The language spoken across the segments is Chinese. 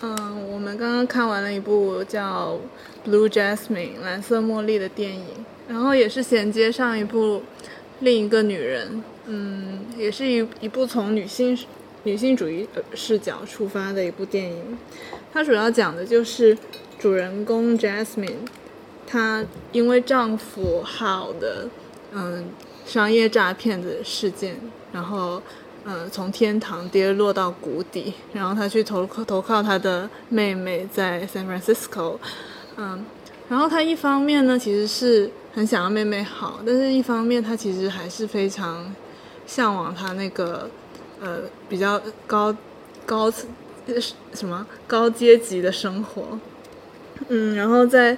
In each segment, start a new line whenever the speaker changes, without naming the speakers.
嗯，我们刚刚看完了一部叫《Blue Jasmine》蓝色茉莉的电影，然后也是衔接上一部《另一个女人》，嗯，也是一一部从女性女性主义呃视角出发的一部电影。它主要讲的就是主人公 Jasmine，她因为丈夫好的嗯商业诈骗的事件，然后嗯从天堂跌落到谷底，然后她去投靠投靠她的妹妹在 San Francisco，嗯，然后她一方面呢其实是很想要妹妹好，但是一方面她其实还是非常向往她那个呃比较高高层呃是什么高阶级的生活，嗯，然后在，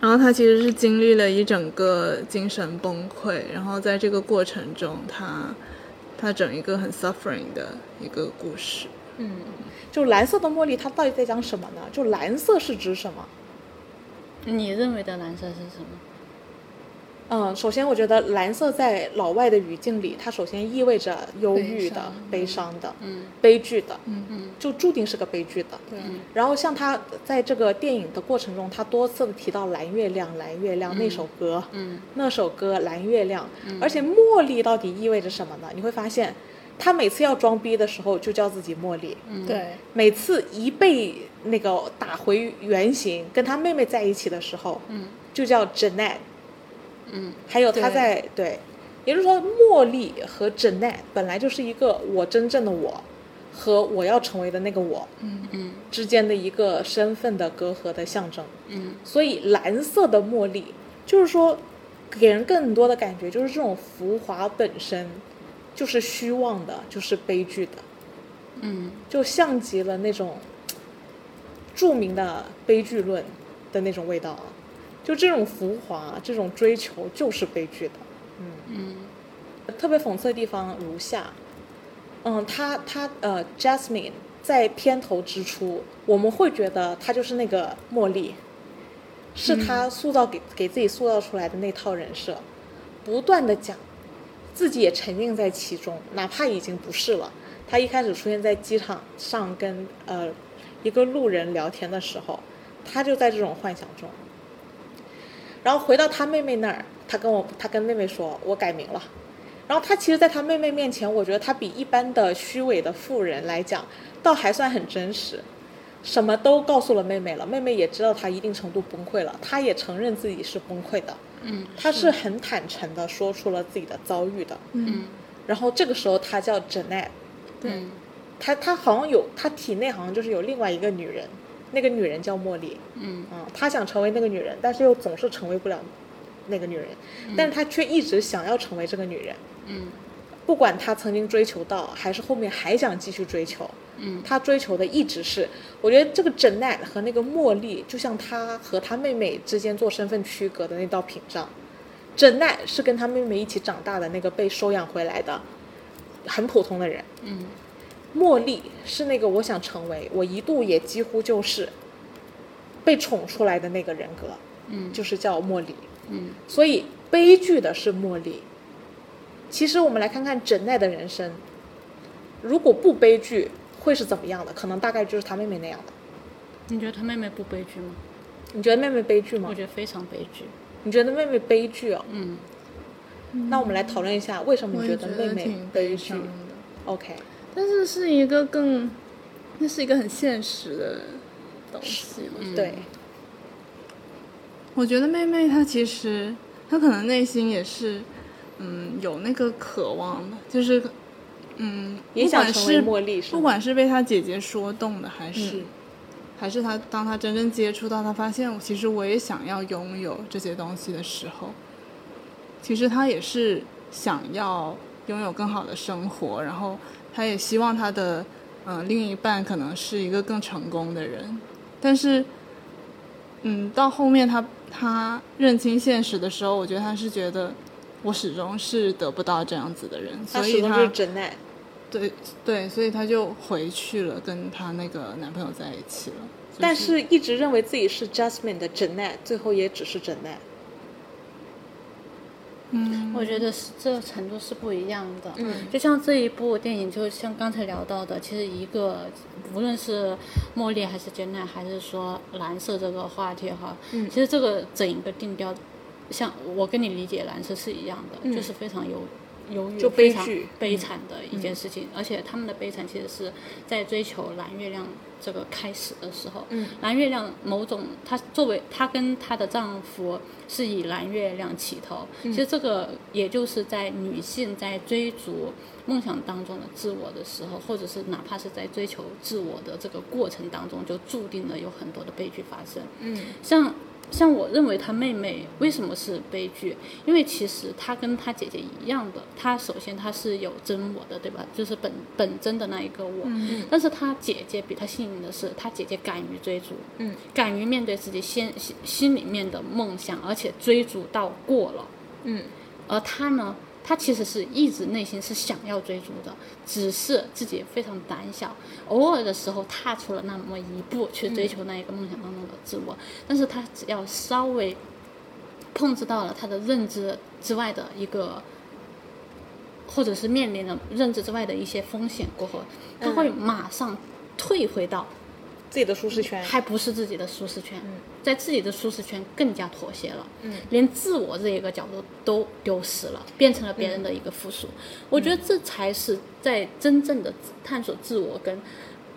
然后他其实是经历了一整个精神崩溃，然后在这个过程中他，他整一个很 suffering 的一个故事。
就蓝色的茉莉，它到底在讲什么呢？就蓝色是指什么？
你认为的蓝色是什么？
嗯，首先我觉得蓝色在老外的语境里，它首先意味着忧郁的、悲伤的、
嗯
悲剧的，
嗯
嗯，
就注定是个悲剧的。
对，
然后像他在这个电影的过程中，他多次地提到《蓝月亮》，《蓝月亮》那首歌，
嗯
那首歌《蓝月亮》而且茉莉到底意味着什么呢？你会发现，他每次要装逼的时候就叫自己茉莉，
对，
每次一被那个打回原形，跟他妹妹在一起的时候，
嗯
就叫 Janet，
嗯
还有他
对
在对也就是说，茉莉和 Janet 本来就是一个我真正的我和我要成为的那个我，
嗯
之间的一个身份的隔阂的象征。
嗯
所以蓝色的茉莉，就是说给人更多的感觉就是这种浮华本身就是虚妄的，就是悲剧的，
嗯
就像极了那种嘖著名的悲剧论的那种味道啊。就这种浮华，这种追求就是悲剧的。
嗯
特别讽刺的地方如下，嗯，他他呃，Jasmine 在片头之初，我们会觉得她就是那个茉莉，是她塑造给、给自己塑造出来的那套人设，不断的讲，自己也沉浸在其中，哪怕已经不是了。她一开始出现在机场上跟呃一个路人聊天的时候，她就在这种幻想中。然后回到她妹妹那儿，她跟我她跟妹妹说，我改名了。然后他其实，在他妹妹面前，我觉得他比一般的虚伪的富人来讲，倒还算很真实，什么都告诉了妹妹了，妹妹也知道他一定程度崩溃了，他也承认自己是崩溃的，
嗯
他是很坦诚的说出了自己的遭遇的。
嗯，
然后这个时候，他叫 Janet，
嗯
他他好像有他体内好像就是有另外一个女人，那个女人叫茉莉，
嗯
嗯，他想成为那个女人，但是又总是成为不了那个女人，但是他却一直想要成为这个女人。
嗯
不管他曾经追求到，还是后面还想继续追求，
嗯
他追求的一直是，我觉得这个 Janet 和那个茉莉，就像他和他妹妹之间做身份区隔的那道屏障。Janet 是跟他妹妹一起长大的那个被收养回来的，很普通的人。
嗯
茉莉是那个我想成为，我一度也几乎就是被宠出来的那个人格，
嗯
就是叫茉莉。
嗯
所以悲剧的是茉莉。其实我们来看看整奈的人生，如果不悲剧会是怎么样的？可能大概就是他妹妹那样的。
你觉得他妹妹不悲剧吗？
你觉得妹妹悲剧吗
嗯
我？觉得非常悲剧。
你觉得妹妹悲剧哦？
嗯
那我们来讨论一下为什么
嗯我
你
也觉
得妹
得
妹
挺悲
悲剧
伤的。
？OK，
但是是一个更，那是一个很现实的东西。我觉得
对，
我觉得妹妹她其实她可能内心也是，嗯，有那个渴望的，就是，嗯，
也
不
想
管
成为
是
茉莉是
不
吗？嗯
管是被她姐姐说动的，还是、还是她当她真正接触到，她发现我其实我也想要拥有这些东西的时候，其实她也是想要拥有更好的生活，然后她也希望她的嗯、呃另一半可能是一个更成功的人，但是嗯到后面她她认清现实的时候，我觉得她是觉得我始终是得不到这样子的人，
她
所
始
以
终
她
就是整奈。
对对，所以她就回去了，跟她那个男朋友在一起了。就
但是一直认为自己是 Jasmine 的 Janet，最后也只是 Janet。
嗯，
我觉得是这程度是不一样的。嗯，就像这一部电影，就像刚才聊到的，其实一个无论是茉莉还是简奈，还是说蓝色这个话题哈，嗯、其实这个整个定调，像我跟你理解蓝色是一样的，就是非常有。由于
嗯就
非
悲
常
剧嗯
悲惨的一件事情，而且他们的悲惨其实是在追求蓝月亮这个开始的时候，嗯、蓝月亮某种她作为她跟她的丈夫是以蓝月亮起头，
嗯
其实这个也就是在女性在追逐梦想当中的自我的时候，或者是哪怕是在追求自我的这个过程当中，就注定了有很多的悲剧发生。
嗯
像像我认为她妹妹为什么是悲剧？因为其实她跟她姐姐一样的，她首先她是有真我的，对吧？就是本本真的那一个我。嗯、但是她姐姐比她幸运的是，她姐姐敢于追逐，嗯、敢于面对自己心心心里面的梦想，而且追逐到过了。而他呢，他其实是一直内心是想要追逐的，只是自己非常胆小，偶尔的时候踏出了那么一步去追求那一个梦想当中的自我，但是他只要稍微碰触到了他的认知之外的一个。或者是面临了认知之外的一些风险过后，他会马上退回到
自己的舒适圈，
还不是自己的舒适圈，在自己的舒适圈更加妥协了，连自我这一个角度都丢失了，变成了别人的一个附属。我觉得这才是在真正的探索自我跟，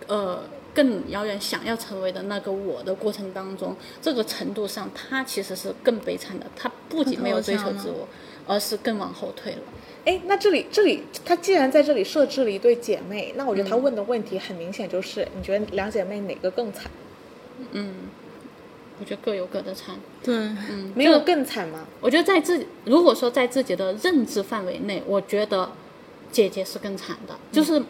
呃。更遥远想要成为的那个我的过程当中，这个程度上，他其实是更悲惨的。他不仅没有追求
更投降
自我，而是更往后退了。
哎，那这里这里，她既然在这里设置了一对姐妹，那我觉得她问的问题很明显就是，你觉得两姐妹哪个更惨？
我觉得各有各的惨。
对，
嗯
没有更惨吗？
我觉得在自己如果说在自己的认知范围内，我觉得姐姐是更惨的，就是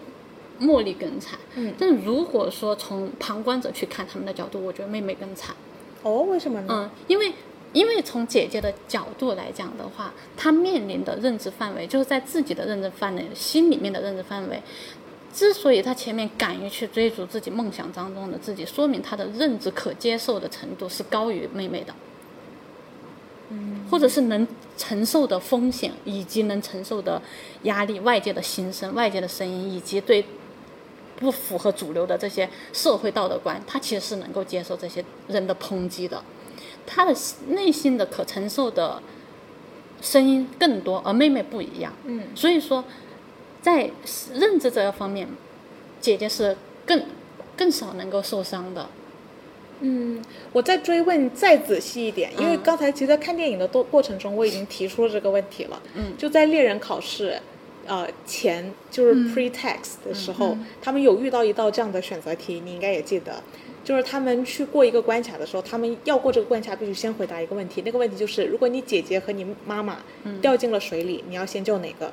茉莉更惨。嗯，但如果说从旁观者去看他们的角度，我觉得妹妹更惨。
哦，为什么呢？
嗯，因为因为从姐姐的角度来讲的话，她面临的认知范围就是在自己的认知范围、心里面的认知范围。之所以她前面敢于去追逐自己梦想当中的自己，说明她的认知可接受的程度是高于妹妹的，嗯，或者是能承受的风险，以及能承受的压力、外界的心声、外界的声音，以及对不符合主流的这些社会道德观，她其实是能够接受这些人的抨击的，她的内心的可承受的声音更多，而妹妹不一样。嗯，所以说，在认知这个方面，姐姐是更更少能够受伤的。
我再追问再仔细一点，因为刚才其实，在看电影的过过程中，我已经提出了这个问题了。嗯，就在猎人考试，呃，前就是 pretext 的时候，他们有遇到一道这样的选择题，你应该也记得，就是他们去过一个关卡的时候，他们要过这个关卡，必须先回答一个问题，那个问题就是，如果你姐姐和你妈妈掉进了水里，你要先救哪个？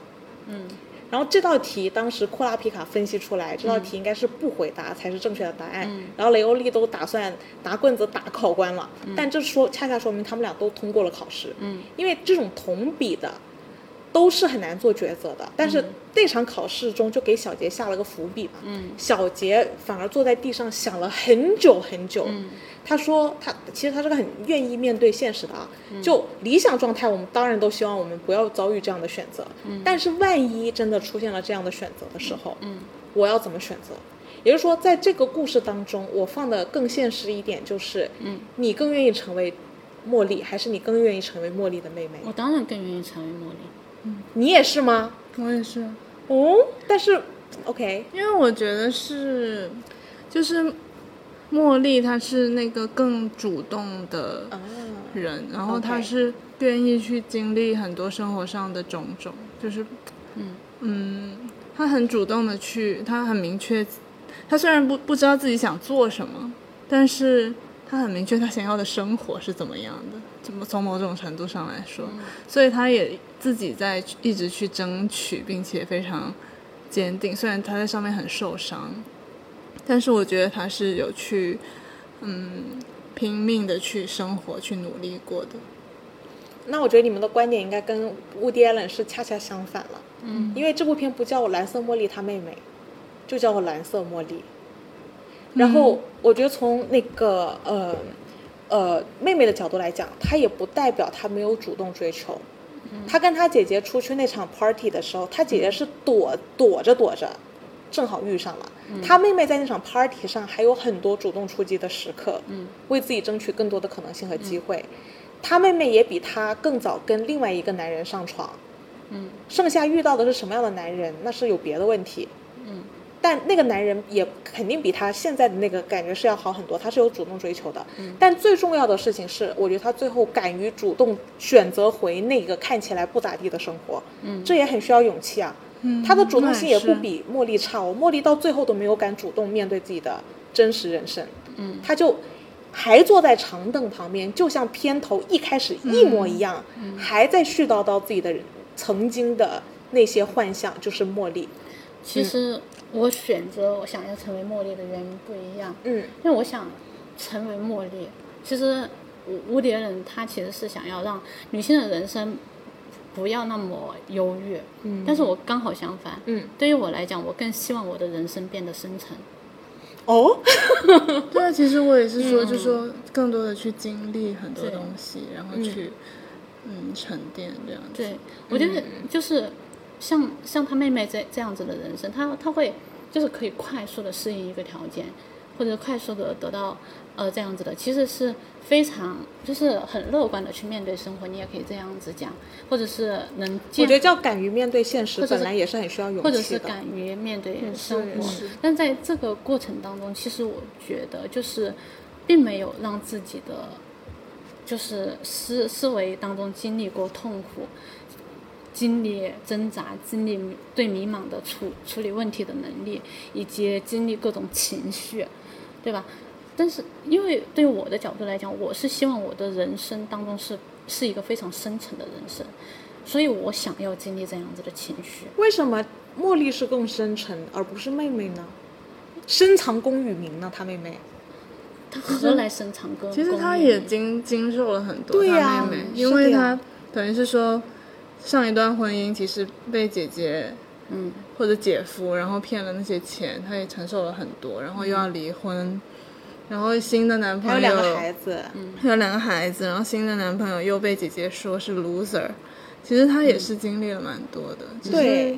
然后这道题当时库拉皮卡分析出来，这道题应该是不回答才是正确的答案。然后雷欧利都打算拿棍子打考官了，但这说恰恰说明他们俩都通过了考试。嗯，因为这种同比的都是很难做抉择的，但是那场考试中就给小杰下了个伏笔嘛。嗯，小杰反而坐在地上想了很久很久。嗯，他说他其实他是个很愿意面对现实的啊。就理想状态，我们当然都希望我们不要遭遇这样的选择。嗯，但是万一真的出现了这样的选择的时候，嗯，我要怎么选择？也就是说，在这个故事当中，我放的更现实一点，就是，嗯，你更愿意成为茉莉，还是你更愿意成为茉莉的妹妹？
我当然更愿意成为茉莉。
你也是吗？
我也是，
哦，但是 OK，
因为我觉得是，就是茉莉她是那个更主动的人，然后她
OK
是愿意去经历很多生活上的种种，就是，嗯嗯，她很主动的去，她很明确，她虽然不不知道自己想做什么，但是她很明确她想要的生活是怎么样的，怎么从某种程度上来说，所以她也自己在一直去争取，并且非常坚定。虽然她在上面很受伤，但是我觉得她是有去，嗯，拼命的去生活、去努力过的。
那我觉得你们的观点应该跟乌迪艾伦是恰恰相反了。嗯，因为这部片不叫《蓝色茉莉她妹妹》，就叫《蓝色茉莉》。然后我觉得从那个呃呃妹妹的角度来讲，她也不代表她没有主动追求。她跟她姐姐出去那场 party 的时候，她姐姐是躲躲着躲着，正好遇上了。她妹妹在那场 party 上还有很多主动出击的时刻，
嗯，
为自己争取更多的可能性和机会。她妹妹也比她更早跟另外一个男人上床，
嗯
剩下遇到的是什么样的男人，那是有别的问题。
嗯
但那个男人也肯定比他现在的那个感觉是要好很多，他是有主动追求的。
嗯
但最重要的事情是，我觉得他最后敢于主动选择回那个看起来不咋地的生活，
嗯
这也很需要勇气啊。
嗯
他的主动性也
那
不
是
比茉莉差哦，茉莉到最后都没有敢主动面对自己的真实人生，
嗯
他就还坐在长凳旁边，就像片头一开始一
嗯
模一样，还在絮叨叨自己的人曾经的那些幻想，就是茉莉。
其实我选择我想要成为茉莉的原因不一样，
嗯
因为我想成为茉莉。其实无无蝶人他其实是想要让女性的人生不要那么优越，
嗯
但是我刚好相反，
嗯，
对于我来讲，我更希望我的人生变得深沉。
哦，
对啊，其实我也是说，就说更多的去经历很多东西，然后去嗯沉淀这样子。
对，我觉得
嗯
就是像像他妹妹这这样子的人生，他他会就是可以快速的适应一个条件，或者快速的得到呃这样子的，其实是非常就是很乐观的去面对生活，你也可以这样子讲，或者是能
我
见
觉得叫敢于面对现实，
或者
本
是
来也是很需要勇气的。
或者是敢于面对生
是
活
是。
但在这个过程当中，其实我觉得就是，并没有让自己的就是思思维当中经历过痛苦，经历挣扎，经历对迷茫的处处理问题的能力，以及经历各种情绪，对吧？但是，因为对我的角度来讲，我是希望我的人生当中是是一个非常深沉的人生，所以我想要经历这样子的情绪。
为什么茉莉是更深沉，而不是妹妹呢？深藏功与名呢？她妹妹，
他何来深藏功？
其实他
功
也
名
经经受了很多，
对呀
他妹妹，
嗯
因为
是的
他
呀
等于是说上一段婚姻其实被姐姐
嗯
或者姐夫，然后骗了那些钱，她也承受了很多，然后又要离婚，然后新的男朋
还
友
有两个孩子，嗯，
还有两个孩子，然后新的男朋友又被姐姐说是 loser，其实她也是经历了蛮多的，只是
对，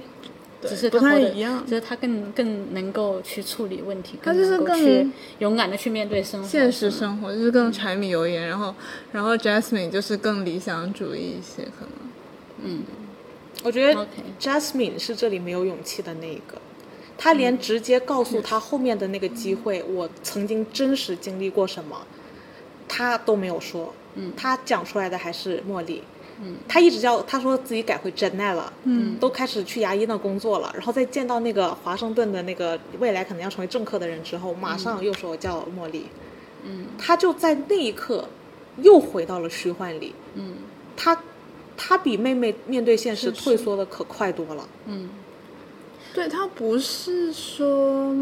对
只是
不
他
太
活得
一样
只是他更更能够去处理问题，
他就是
能够
更
去勇敢的去面对生活。
现实生活就是更柴米油盐，然后然后 Jasmine 就是更理想主义一些，可能
我觉得
OK
Jasmine 是这里没有勇气的那一个。她连直接告诉她后面的那个机会，我曾经真实经历过什么，她都没有说。嗯，她讲出来的还是茉莉。嗯，她一直叫她说自己改回 Janet 了。嗯，都开始去牙医那工作了，然后再见到那个华盛顿的那个未来可能要成为政客的人之后，马上又说我叫茉莉。嗯，她就在那一刻又回到了虚幻里。
嗯
她她比妹妹面对现实
是
退缩的可快多了。
嗯
对她不是说。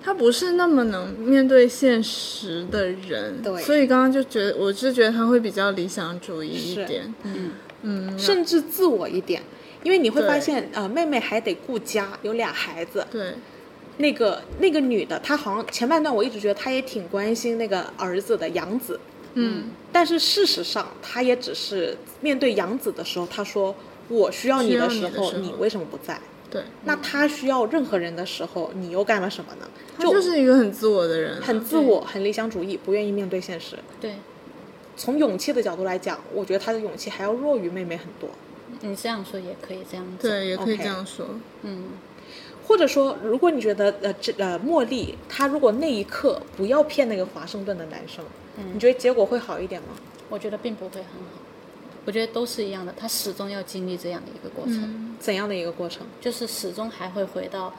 她不是那么能面对现实的人，
对
所以刚刚就觉得，我是觉得她会比较理想主义一
是
点，
嗯
甚至自我一点，因为你会
对
发现，呃，妹妹还得顾家，有俩孩子。
对，
那个那个女的，她好像前半段我一直觉得她也挺关心那个儿子的养子，
嗯，
但是事实上，她也只是面对养子的时候，她说：“我需要你的时
需要你的
候，
时候嗯
你为什么不在？”
对，
那她需要任何人的时候，你又干了什么呢？
她就是一个很自我的人啊，
很自我，很理想主义，不愿意面对现实。
对
从勇气的角度来讲，我觉得她的勇气还要弱于妹妹很多。
你这样说也可以这样子。
对，也可以
OK
这样说，
嗯
或者说，如果你觉得呃这呃茉莉她如果那一刻不要骗那个华盛顿的男生，
嗯
你觉得结果会好一点吗？
我觉得并不会很好，我觉得都是一样的，他始终要经历这样的一个过程，
嗯
怎样的一个过程？
就是始终还会回到。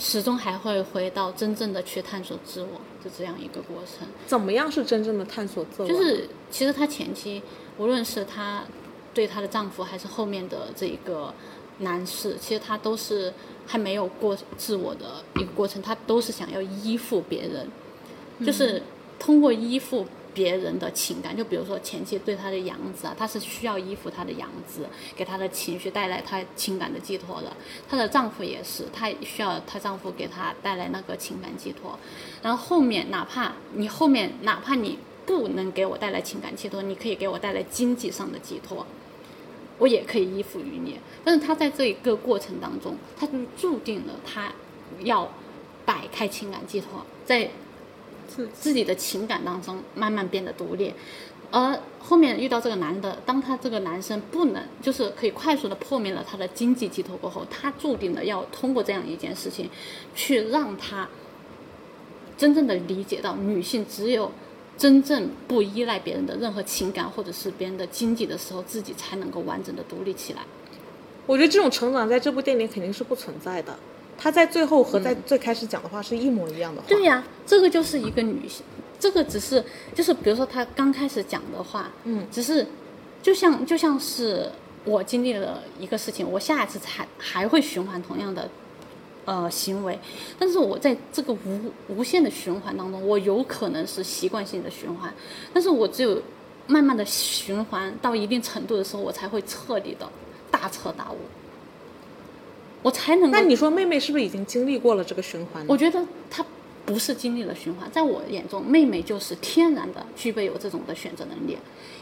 始终还会回到真正的去探索自我的这样一个过程，
怎么样是真正的探索自我？
就是其实她前期，无论是她对她的丈夫，还是后面的这一个男士，其实她都是还没有过自我的一个过程，她都是想要依附别人，就是通过依附。别人的情感，就比如说前期对她的养子啊，她是需要依附她的养子，给她的情绪带来她情感的寄托的。她的丈夫也是，她需要她丈夫给她带来那个情感寄托。然后后面，哪怕你后面，哪怕你不能给我带来情感寄托，你可以给我带来经济上的寄托。我也可以依附于你。但是他在这一个过程当中，他就注定了他要摆开情感寄托，在
自
自己的情感当中慢慢变得独立。而后面遇到这个男的，当他这个男生不能，就是可以快速的破灭了他的经济寄托过后，他注定了要通过这样一件事情，去让他真正的理解到女性只有真正不依赖别人的任何情感或者是别人的经济的时候，自己才能够完整的独立起来。
我觉得这种成长在这部电影里肯定是不存在的。他在最后和在最开始讲的话是一模一样的话。
嗯对呀、这个就是一个女性，这个只是就是比如说她刚开始讲的话，
嗯，
只是就像就像是我经历了一个事情，我下一次还还会循环同样的呃行为，但是我在这个无无限的循环当中，我有可能是习惯性的循环，但是我只有慢慢的循环到一定程度的时候，我才会彻底的大彻大悟，我才能够
那你说妹妹是不是已经经历过了这个循环呢？
我觉得她不是经历了循环，在我眼中，妹妹就是天然的具备有这种的选择能力，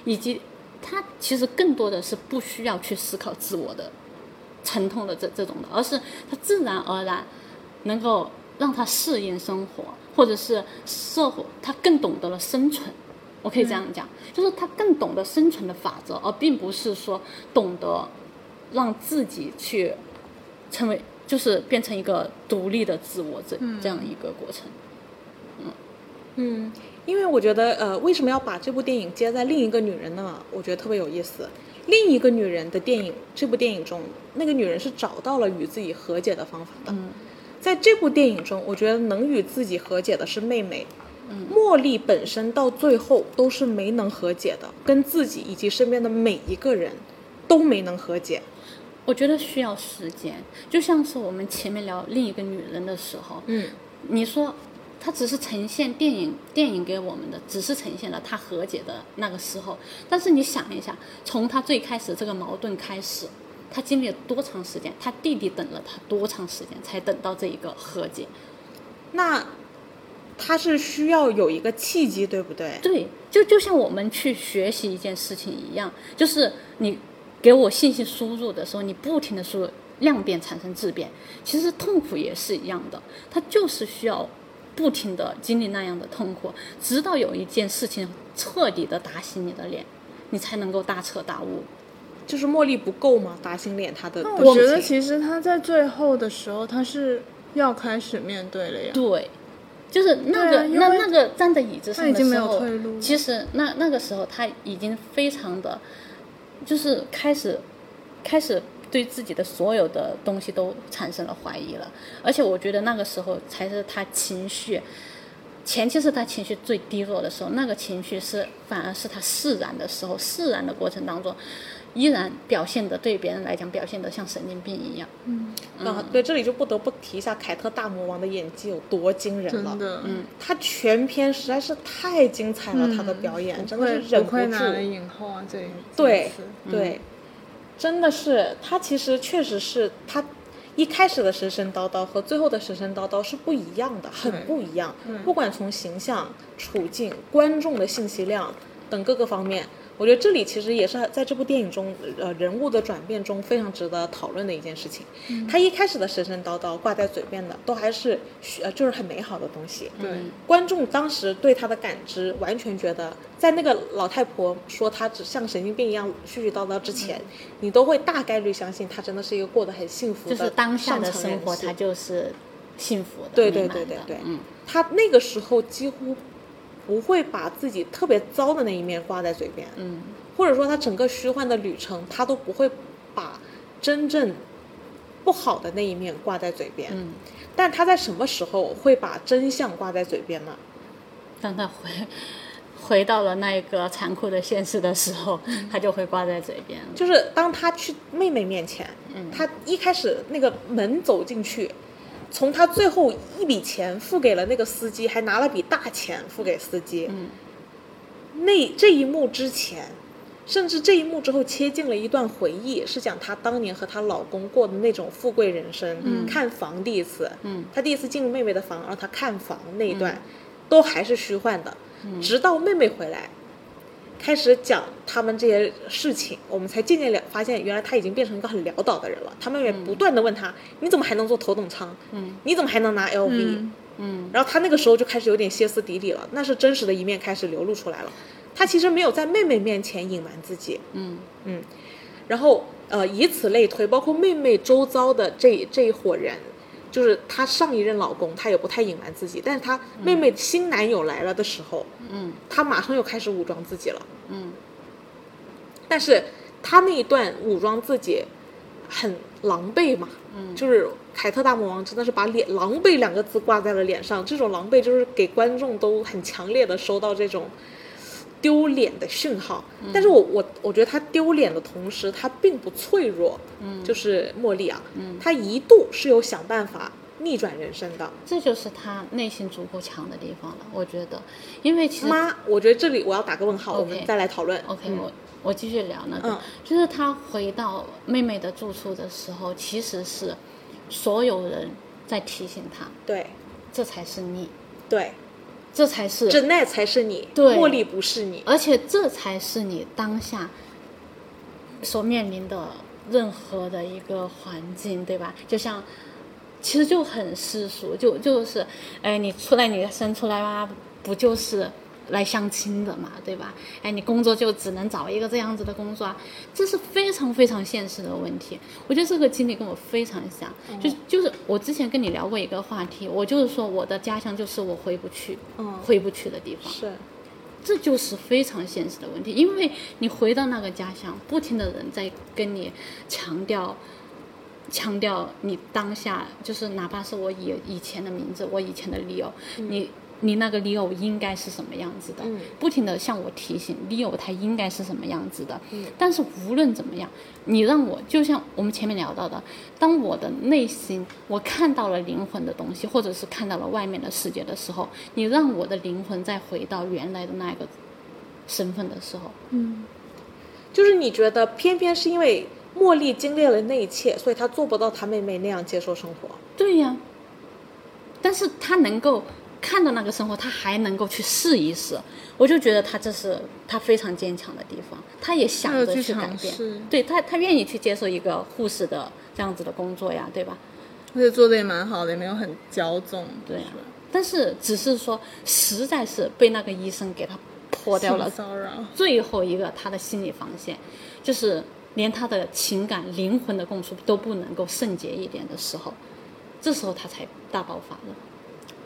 以及她其实更多的是不需要去思考自我的沉痛的这这种的，而是她自然而然能够让她适应生活，或者是社会，她更懂得了生存。我可以这
嗯
样讲，就是她更懂得生存的法则，而并不是说懂得让自己去成为，就是变成一个独立的自我这、这样一个过程。
嗯，因为我觉得，呃，为什么要把这部电影接在另一个女人呢？我觉得特别有意思。另一个女人的电影，这部电影中，那个女人是找到了与自己和解的方法的。
嗯
在这部电影中，我觉得能与自己和解的是妹妹。
嗯
茉莉本身到最后都是没能和解的，跟自己以及身边的每一个人都没能和解。
我觉得需要时间，就像是我们前面聊另一个女人的时候，
嗯，
你说它只是呈现电影电影给我们的，只是呈现了她和解的那个时候。但是你想一下，从她最开始这个矛盾开始，她经历了多长时间？她弟弟等了她多长时间才等到这一个和解？
那她是需要有一个契机，对不对？
对，就就像我们去学习一件事情一样，就是你给我信息输入的时候，你不停的输入量变产生质变，其实痛苦也是一样的，它就是需要不停的经历那样的痛苦，直到有一件事情彻底的打醒你的脸，你才能够大彻大悟。
就是茉莉不够吗？打醒脸她的
那
不
我
行。
觉得其实他在最后的时候，他是要开始面对了呀。
对，就是那个、
对啊因
那
为
那个站在椅子上
他已
的
经没
时
有
候
退路了，
其实那那个时候他已经非常的，就是开始开始对自己的所有的东西都产生了怀疑了，而且我觉得那个时候才是他情绪。前期是他情绪最低落的时候，那个情绪是反而是他释然的时候，释然的过程当中，依然表现的对别人来讲表现的像神经病一样。
啊，
嗯
对，这里就不得不提一下凯特大魔王的演技有多惊人了。
真，的，嗯，
他全片实在是太精彩了，他的表演真的是
不
忍
愧拿了
住。
影后啊，这一嗯
对
这一次
对，真的是他其实确实是他一开始的神神叨叨和最后的神神叨叨是不一样的，很不一样。
嗯
不管从形象、处境、观众的信息量等各个方面。我觉得这里其实也是在这部电影中，呃，人物的转变中非常值得讨论的一件事情。
嗯
他一开始的神神叨叨挂在嘴边的，都还是虚呃，就是很美好的东
嗯
西。
对，
观众当时对他的感知，完全觉得在那个老太婆说她只像神经病一样絮絮叨叨之前，你都会大概率相信她真的是一个过得很幸福
嗯就
的
是当下的
上层
生
人
活，
士
它就是幸福的、
对
美
对
满
对
的
对对
嗯。
她那个时候几乎不会把自己特别糟的那一面挂在嘴边，
嗯，
或者说她整个虚幻的旅程，她都不会把真正不好的那一面挂在嘴边。
嗯，
但她在什么时候会把真相挂在嘴边呢？
当他回回到了那一个残酷的现实的时候，
嗯
他就会挂在嘴边了。
就是当他去妹妹面前，他一开始那个门走进去，从他最后一笔钱付给了那个司机，还拿了笔大钱付给司机，那这一幕之前，甚至这一幕之后切进了一段回忆，是讲她当年和她老公过的那种富贵人生，看房第一次，嗯，她第一次进入妹妹的房，然后她看房那一段，都还是虚幻的，直到妹妹回来，开始讲他们这些事情，我们才渐渐了发现，原来他已经变成一个很潦倒的人了。他们也不断的问他，你怎么还能做头等舱？
嗯
你怎么还能拿 LV？、
嗯
嗯
然后他那个时候就开始有点歇斯底里了，那是真实的一面开始流露出来了。他其实没有在妹妹面前隐瞒自己，
嗯
然后呃，以此类推，包括妹妹周遭的这这一伙人，就是她上一任老公，她也不太隐瞒自己，但是她妹妹新男友来了的时候，
嗯
她马上又开始武装自己了。
嗯
但是她那一段武装自己很狼狈嘛，
嗯
就是凯特大魔王真的是把脸“狼狈”两个字挂在了脸上，这种狼狈就是给观众都很强烈的收到这种丢脸的讯号。
嗯
但是我我我觉得他丢脸的同时，他并不脆弱，
嗯
就是茉莉啊，
嗯，
他一度是有想办法逆转人生的。
这就是他内心足够强的地方了，我觉得，因为其实
妈，我觉得这里我要打个问号，
OK
我们再来讨论。
OK，、
嗯
我我继续聊那个，
嗯
就是他回到妹妹的住处的时候，其实是所有人在提醒他，
对
这才是你，
对，
这才是
真奈才是你，
对
茉莉不是你。
而且这才是你当下所面临的任何的一个环境，对吧？就像。其实就很世俗，就就是，哎，你出来，你的生出来啊，不就是来相亲的嘛，对吧？哎，你工作就只能找一个这样子的工作啊，这是非常非常现实的问题。我觉得这个经历跟我非常像，就就是我之前跟你聊过一个话题，我就是说我的家乡就是我回不去，
嗯
回不去的地方。
是，
这就是非常现实的问题，因为你回到那个家乡，不停的人在跟你强调，强调你当下就是哪怕是我以以前的名字，我以前的 Leo，、你你那个 Leo 应该是什么样子的，
嗯
不停的向我提醒 Leo 他应该是什么样子的。
嗯
但是无论怎么样，你让我就像我们前面聊到的，当我的内心我看到了灵魂的东西，或者是看到了外面的世界的时候，你让我的灵魂再回到原来的那个身份的时候，
嗯
就是你觉得偏偏是因为茉莉经历了那一切，所以她做不到她妹妹那样接受生活。
对呀、但是他能够看到那个生活，他还能够去试一试，我就觉得他这是他非常坚强的地方。他也想
他有
着
去
改
尝
变
试，
对他，他愿意去接受一个护士的这样子的工作呀，对吧？
而且做的也蛮好的，也没有很骄纵。
对啊。但是只是说，实在是被那个医生给他
我
破掉了
骚扰。
最后一个他的心理防线，就是连他的情感、灵魂的共处都不能够圣洁一点的时候，这时候他才大爆发了。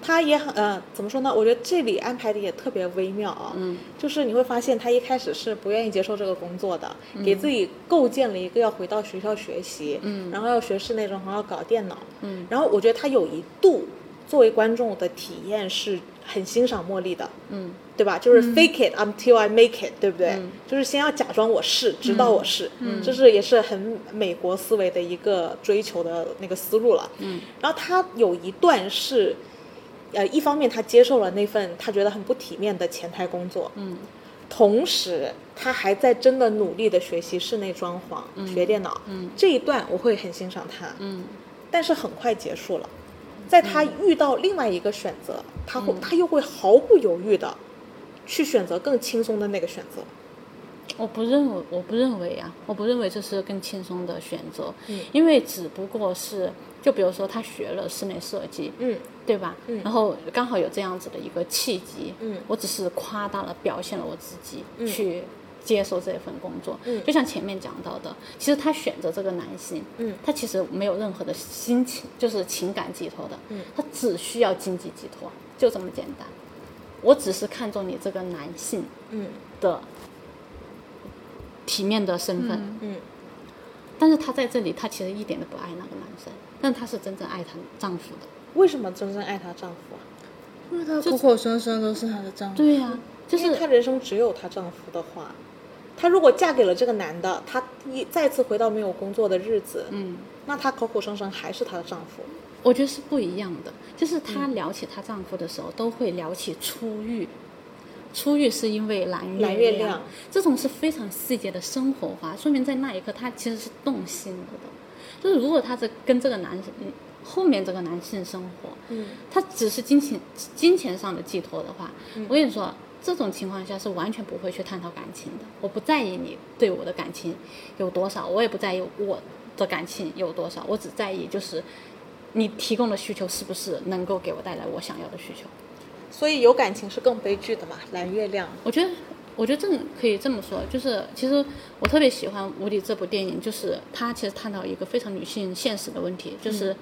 她也很呃，怎么说呢？我觉得这里安排的也特别微妙啊。
嗯，
就是你会发现她一开始是不愿意接受这个工作的，
嗯
给自己构建了一个要回到学校学习，嗯，然后要学室内装潢，要搞电脑，
嗯，
然后我觉得她有一度作为观众的体验是很欣赏茉莉的，
嗯
对吧？就是 fake it until I make it，对不对？就是先要假装我是，直到我是，
嗯
这是也是很美国思维的一个追求的那个思路了。
嗯，
然后他有一段是，呃，一方面他接受了那份他觉得很不体面的前台工作，
嗯
同时他还在真的努力的学习室内装潢、学电脑。
嗯
这一段我会很欣赏他，
嗯
但是很快结束了。在他遇到另外一个选择，他
嗯
会他又会毫不犹豫的去选择更轻松的那个选择。
我不认为，我不认为啊，我不认为这是更轻松的选择，
嗯
因为只不过是，就比如说他学了室内设计，
嗯
对吧？
嗯
然后刚好有这样子的一个契机，
嗯
我只是夸大了表现了我自己，
嗯
去接受这份工作。
嗯
就像前面讲到的，其实他选择这个男性，
嗯
他其实没有任何的心情，就是情感寄托的，
嗯
他只需要经济寄托，就这么简单。我只是看中你这个男性
嗯
的体面的身份，
嗯
嗯
但是他在这里，他其实一点都不爱那个男生，但他是真正爱她丈夫的。
为什么真正爱她丈夫啊？
因为她口口声声都是她的丈夫。
对呀、就
因
是
为她人生只有她丈夫的话，她如果嫁给了这个男的，她一再次回到没有工作的日子，
嗯，
那她口口声声还是她的丈夫。
我觉得是不一样的。就是她
嗯
聊起她丈夫的时候，都会聊起出狱，出狱是因为蓝月
蓝月
亮
亮
这种是非常细节的生活化，说明在那一刻她其实是动心了的。就是如果她这跟这个男生，嗯后面这个男性生活，
嗯
他只是金钱金钱上的寄托的话，我跟你说，这种情况下是完全不会去探讨感情的。我不在意你对我的感情有多少，我也不在意我的感情有多少，我只在意就是你提供的需求是不是能够给我带来我想要的需求。
所以有感情是更悲剧的嘛，《蓝月亮》。
我觉得，我觉得这么可以这么说，就是其实我特别喜欢《无理》这部电影，就是它其实探讨一个非常女性现实的问题，
嗯
就是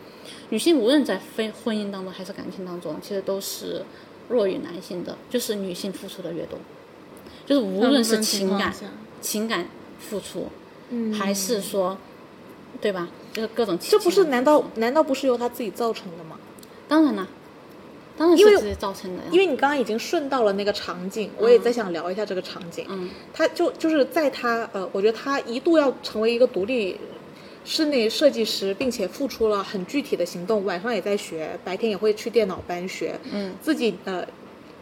女性无论在非婚姻当中还是感情当中，其实都是弱于男性的，就是女性付出的越多，就是无论是情感、
嗯
情感付出，还是说，对吧？就是各种情嗯
这不是
感
难
付
道
出
难道不是由他自己造成的吗？
当然啦，当然
因为
是直接造成的呀。
因为你刚刚已经顺到了那个场景，我也在想聊一下这个场景。
嗯，
他就就是在他呃，我觉得他一度要成为一个独立室内设计师，并且付出了很具体的行动，晚上也在学，白天也会去电脑班学。
嗯，
自己呃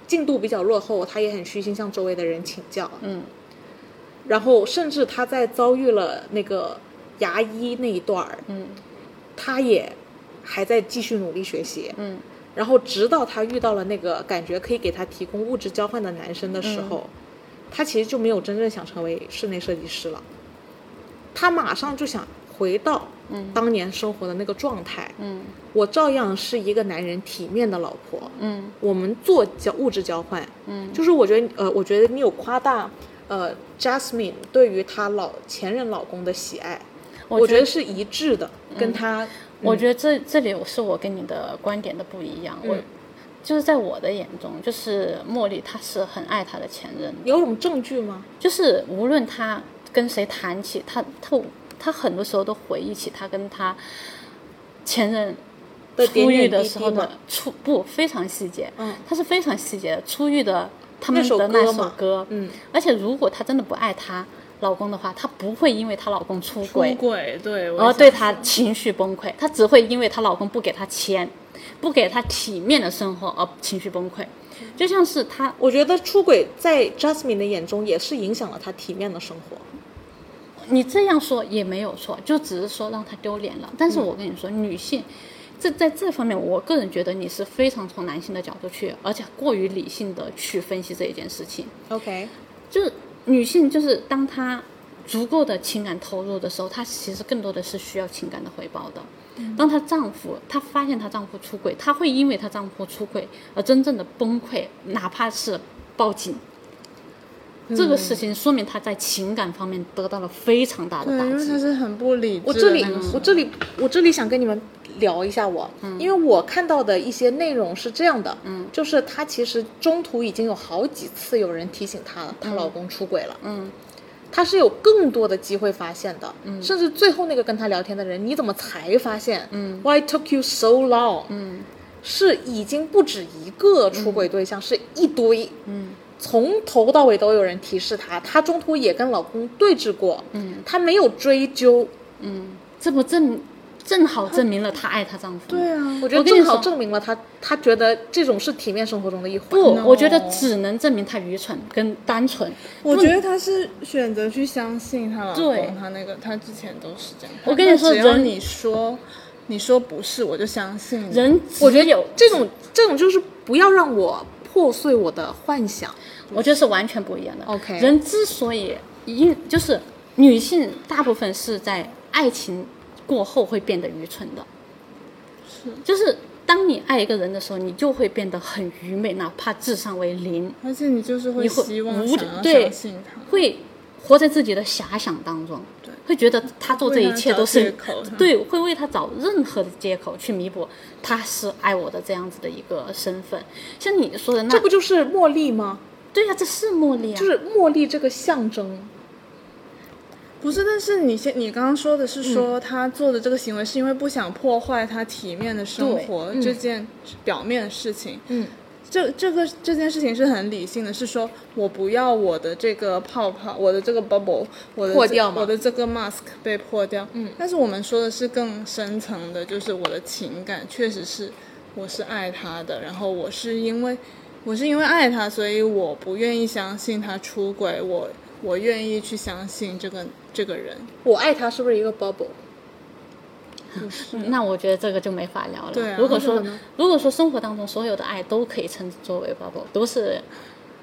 进度比较落后，他也很虚心向周围的人请教。
嗯，
然后甚至他在遭遇了那个牙医那一段儿，
嗯，
他也还在继续努力学习。
嗯，
然后直到他遇到了那个感觉可以给他提供物质交换的男生的
嗯
时候，他其实就没有真正想成为室内设计师了，他马上就想回到当年生活的那个状态。
嗯
我照样是一个男人体面的老婆，
嗯
我们做交物质交换，
嗯，
就是我觉得呃，我觉得你有夸大呃 Jasmine 对于她老前任老公的喜爱，我
觉得嗯
是一致的，跟她
我觉得这这里是我跟你的观点的不一样。
嗯
我就是在我的眼中，就是茉莉她是很爱她的前任的，
嗯有什么证据吗？
就是无论她跟谁谈起，她她她很多时候都回忆起她跟她前任
的点
出狱
点
的
滴
时候
滴
的
吗？
出不非常细节，
嗯，
她是非常细节的出狱的他
那
们
首
的
歌
那首
嘛
歌，
嗯，
而且如果她真的不爱她老公的话，她不会因为她老公出
出
轨
轨，对，我
然后
也
哦对
想
她
说
情绪崩溃，她只会因为她老公不给她钱，不给她体面的生活而情绪崩溃，就像是她，
我觉得出轨在 Jasmine 的眼中也是影响了她体面的生活。
你这样说也没有错，就只是说让她丢脸了。但是我跟你说，女性。这在这方面，我个人觉得你是非常从男性的角度去，而且过于理性的去分析这一件事情。
OK，
就是女性，就是当她足够的情感投入的时候，她其实更多的是需要情感的回报的。
嗯
当她丈夫，她发现她丈夫出轨，她会因为她丈夫出轨而真正的崩溃，哪怕是报警。这个事情说明她在情感方面得到了非常大的
对，
打
因为他
击。
是很不理
我
智
这
的
里
那种，
我这里，我这里想跟你们聊一下我，因为我看到的一些内容是这样的，嗯，就是她其实中途已经有好几次有人提醒她了，她老公出轨了，
嗯，
她是有更多的机会发现的，嗯，甚至最后那个跟她聊天的人，你怎么才发现？嗯，Why took you so long？嗯，是已经不止一个出轨对象，是一堆，嗯。从头到尾都有人提示她，她中途也跟老公对峙过，嗯，她没有追究，
这不正正好证明了她爱她丈夫吗？
对啊，
我觉得
我跟你
正好
说
证明了她，她觉得这种是体面生活中的一环。
不，
No
我觉得只能证明她愚蠢跟单纯。
我觉得她是选择去相信她老
对
公，她那个她之前都是这样。
我跟你说
她只要
人
你说你说不是，我就相信你。
人
我觉得
只有
这种这种就是不要让我破碎我的幻想。
我觉得是完全不一样的。
OK
人之所以因就是女性大部分是在爱情过后会变得愚蠢的，是就是当你爱一个人的时候，你就会变得很愚昧，哪怕智商为零，
而且你就是会
你会
希望
无
想要
对
相信他，
会活在自己的遐想当中，会觉得他做这一切都
为
是
他找借口
对，会为他找任何的借口去弥补他是爱我的这样子的一个身份。像你说的那
这，不就是茉莉吗？
对呀、这是茉莉啊，
就是茉莉这个象征。
不是，但是你先，你刚刚说的是
嗯
说、他做的这个行为是因为不想破坏他体面的生活
嗯
这件表面的事情。
嗯，
这这个这件事情是很理性的，是说我不要我的这个泡泡，我的这个 bubble，我的
破
这
掉吗
我的这个 mask 被破掉。嗯，但是我们说的是更深层的，就是我的情感确实是我是爱他的，然后我是因为我是因为爱他，所以我不愿意相信他出轨，我我愿意去相信这个这个人。
我爱她是不是一个 bubble？
那我觉得这个就没法聊了。
啊对啊
如果说
为什么呢
如果说生活当中所有的爱都可以称之作为 bubble，都是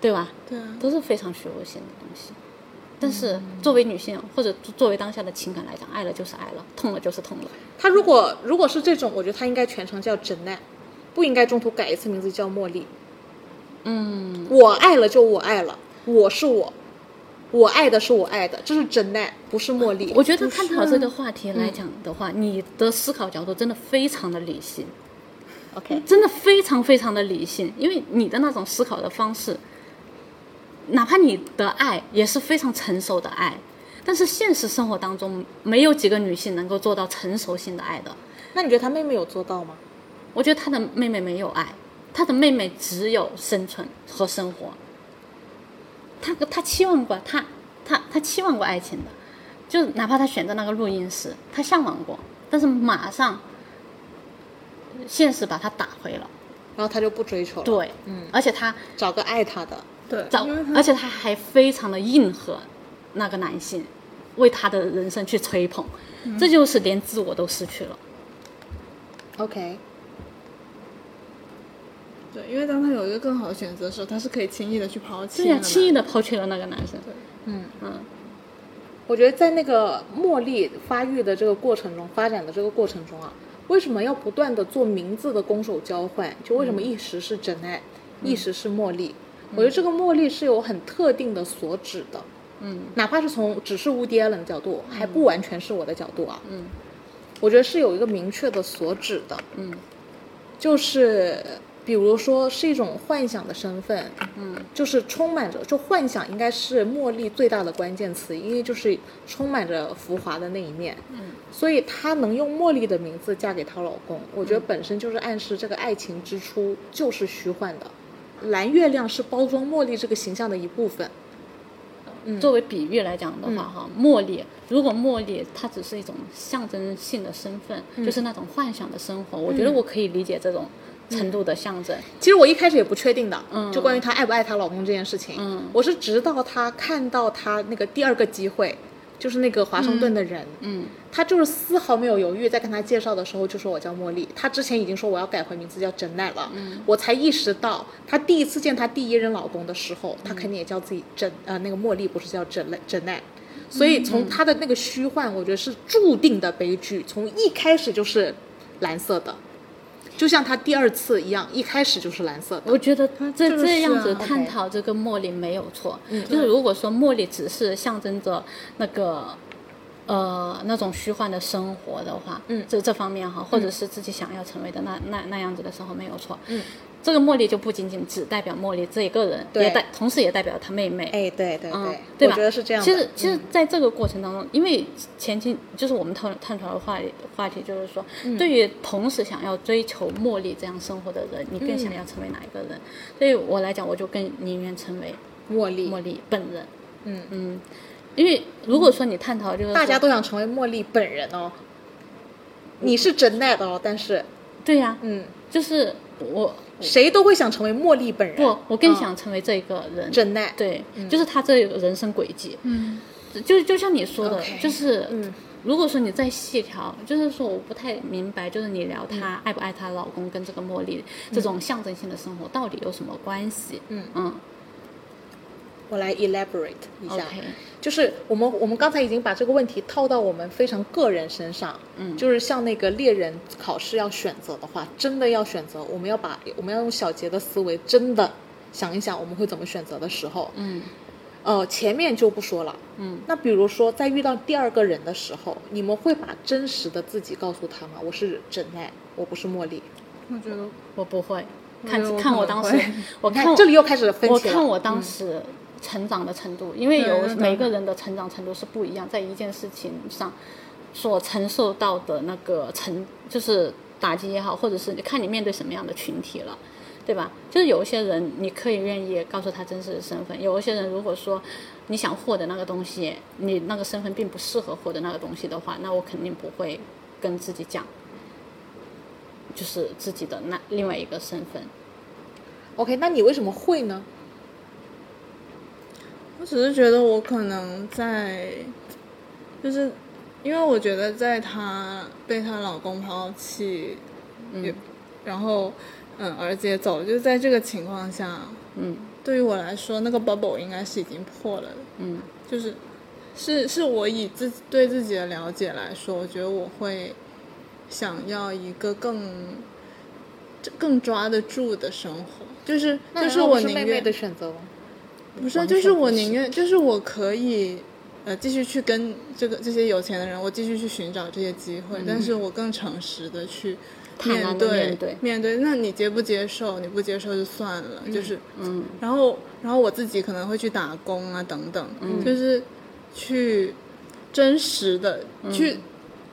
对吧？
对啊，
都是非常虚无性的东西。但是
嗯
作为女性，或者作为当下的情感来讲，爱了就是爱了，痛了就是痛了。
他如果如果是这种，我觉得他应该全程叫真奈，不应该中途改一次名字叫茉莉。嗯，我爱了就我爱了，我是我，我爱的是我爱的，这是真奈，不是嗯茉莉。
我觉得探讨这个话题来讲的话，你的思考角度真的非常的理性，
OK，嗯
真的非常非常的理性，因为你的那种思考的方式，哪怕你的爱也是非常成熟的爱，但是现实生活当中没有几个女性能够做到成熟性的爱的。
那你觉得他妹妹有做到吗？
我觉得她的妹妹没有爱，她的妹妹只有生存和生活。她她期望过，她她她期望过爱情的，就哪怕她选择那个录音室，她向往过，但是马上现实把她打回了。
然后他就不追求了，
对，嗯，而且她
找个爱他的。
对，
找
因为，他
而且她还非常的硬核那个男性，为他的人生去吹捧，
嗯
这就是连自我都失去了。
OK，
对，因为当他有一个更好的选择的时候，他是可以轻易的去抛弃
对呀、
的嘛
轻易的抛弃了那个男生。
嗯
嗯
我觉得在那个茉莉发育的这个过程中，发展的这个过程中啊，为什么要不断的做名字的攻守交换？就为什么
嗯
一时是真爱，一时是茉莉？我觉得这个茉莉是有很特定的所指的，
嗯，
哪怕是从只是乌迪埃伦的角度，还不完全是我的角度啊，嗯，我觉得是有一个明确的所指的，
嗯，
就是比如说是一种幻想的身份，嗯，就是充满着，就幻想应该是茉莉最大的关键词，因为就是充满着浮华的那一面，嗯，所以她能用茉莉的名字嫁给她老公，我
嗯
觉得本身就是暗示这个爱情之初就是虚幻的，蓝月亮是包装茉莉这个形象的一部分，
嗯
作为比喻来讲的话，哈、茉莉，如果茉莉它只是一种象征性的身份，
嗯
就是那种幻想的生活，我觉得我可以理解这种程度的象征。
嗯
其实我一开始也不确定的，就关于她爱不爱她老公这件事情，
嗯
我是直到她看到她那个第二个机会，就是那个华盛顿的人，
嗯
她就是丝毫没有犹豫，在跟她介绍的时候就说我叫茉莉，她之前已经说我要改回名字叫真奈了，我才意识到她第一次见她第一任老公的时候，她肯定也叫自己真呃那个茉莉，不是叫真奈真奈。所以从她的那个虚幻，我觉得是注定的悲剧，从一开始就是蓝色的，就像她第二次一样，一开始就是蓝色的。
我觉得这
就是
这样子
啊，OK 嗯
探讨这个茉莉没有错，就是如果说茉莉只是象征着那个。呃，那种虚幻的生活的话，嗯，这这方面哈，或者是自己想要成为的那、那那样子的生活没有错，嗯，这个茉莉就不仅仅只代表茉莉这一个人，
对
也代，同时也代表她妹妹，
哎，对对对，
嗯，
我
吧？
觉得是这样的。嗯
其实，其实在这个过程当中，因为前期就是我们探探讨的话话题，就是说，
嗯
对于同时想要追求茉莉这样生活的人，你
嗯
更想要成为哪一个人？对于我来讲，我就更宁愿成为
茉莉，
茉莉本人。
嗯
嗯，因为如果说你探讨就是说
大家都想成为茉莉本人哦。你是真奈的哦，但是，
对呀、
嗯，
就是我
谁都会想成为茉莉本人。
不，我更
嗯
想成为这个人。
真奈。
对，就是他这个人生轨迹。
嗯，
就就像你说的
OK，
就是，
嗯
如果说你再细条，就是说我不太明白，就是你聊她爱不爱她老公跟这个茉莉、这种象征性的生活到底有什么关系？嗯嗯
我来 elaborate 一下
，OK，
就是我们我们刚才已经把这个问题套到我们非常个人身上，嗯，就是像那个猎人考试要选择的话，真的要选择，我们要把我们要用小杰的思维，真的想一想我们会怎么选择的时候，
嗯
呃，前面就不说了，
嗯，
那比如说在遇到第二个人的时候，你们会把真实的自己告诉他吗？我是真爱，我不是茉莉。
我觉得
我不会
我
看
觉得我
看
可
我
能
当时
会，
我
你
看
看
我
这里又开始分
我
歧了。
看我当时成长的程度，因为
对那
有
当
每
然
个人的成长程度是不一样，在一件事情上所承受到的那个成就是打击也好，或者是看你面对什么样的群体了。对吧？就是有一些人，你可以愿意告诉他真实的身份；有一些人，如果说你想获得那个东西，你那个身份并不适合获得那个东西的话，那我肯定不会跟自己讲，就是自己的那另外一个身份。
OK，那你为什么会呢？
我只是觉得我可能在，就是因为我觉得在她被她老公抛弃，嗯，然后嗯，儿子也走了，就是在这个情况下，
嗯，
对于我来说，那个 bubble 应该是已经破了的。
嗯，
就是是是我以自己对自己的了解来说，我觉得我会想要一个更更抓得住的生活，就是
那
就是
难道
我
不
宁
妹
愿
妹的选择哦吗？
不是，
完
就是
全不
我
是
宁愿，就是我可以，呃，继续去跟这个这些有钱的人，我继续去寻找这些机会，但是我更诚实的去
嗯坦然地
对
面对
那你接不接受？你不接受就算了，就是，
嗯，
然后然后我自己可能会去打工啊，等等，
嗯
就是去真实的、
嗯
去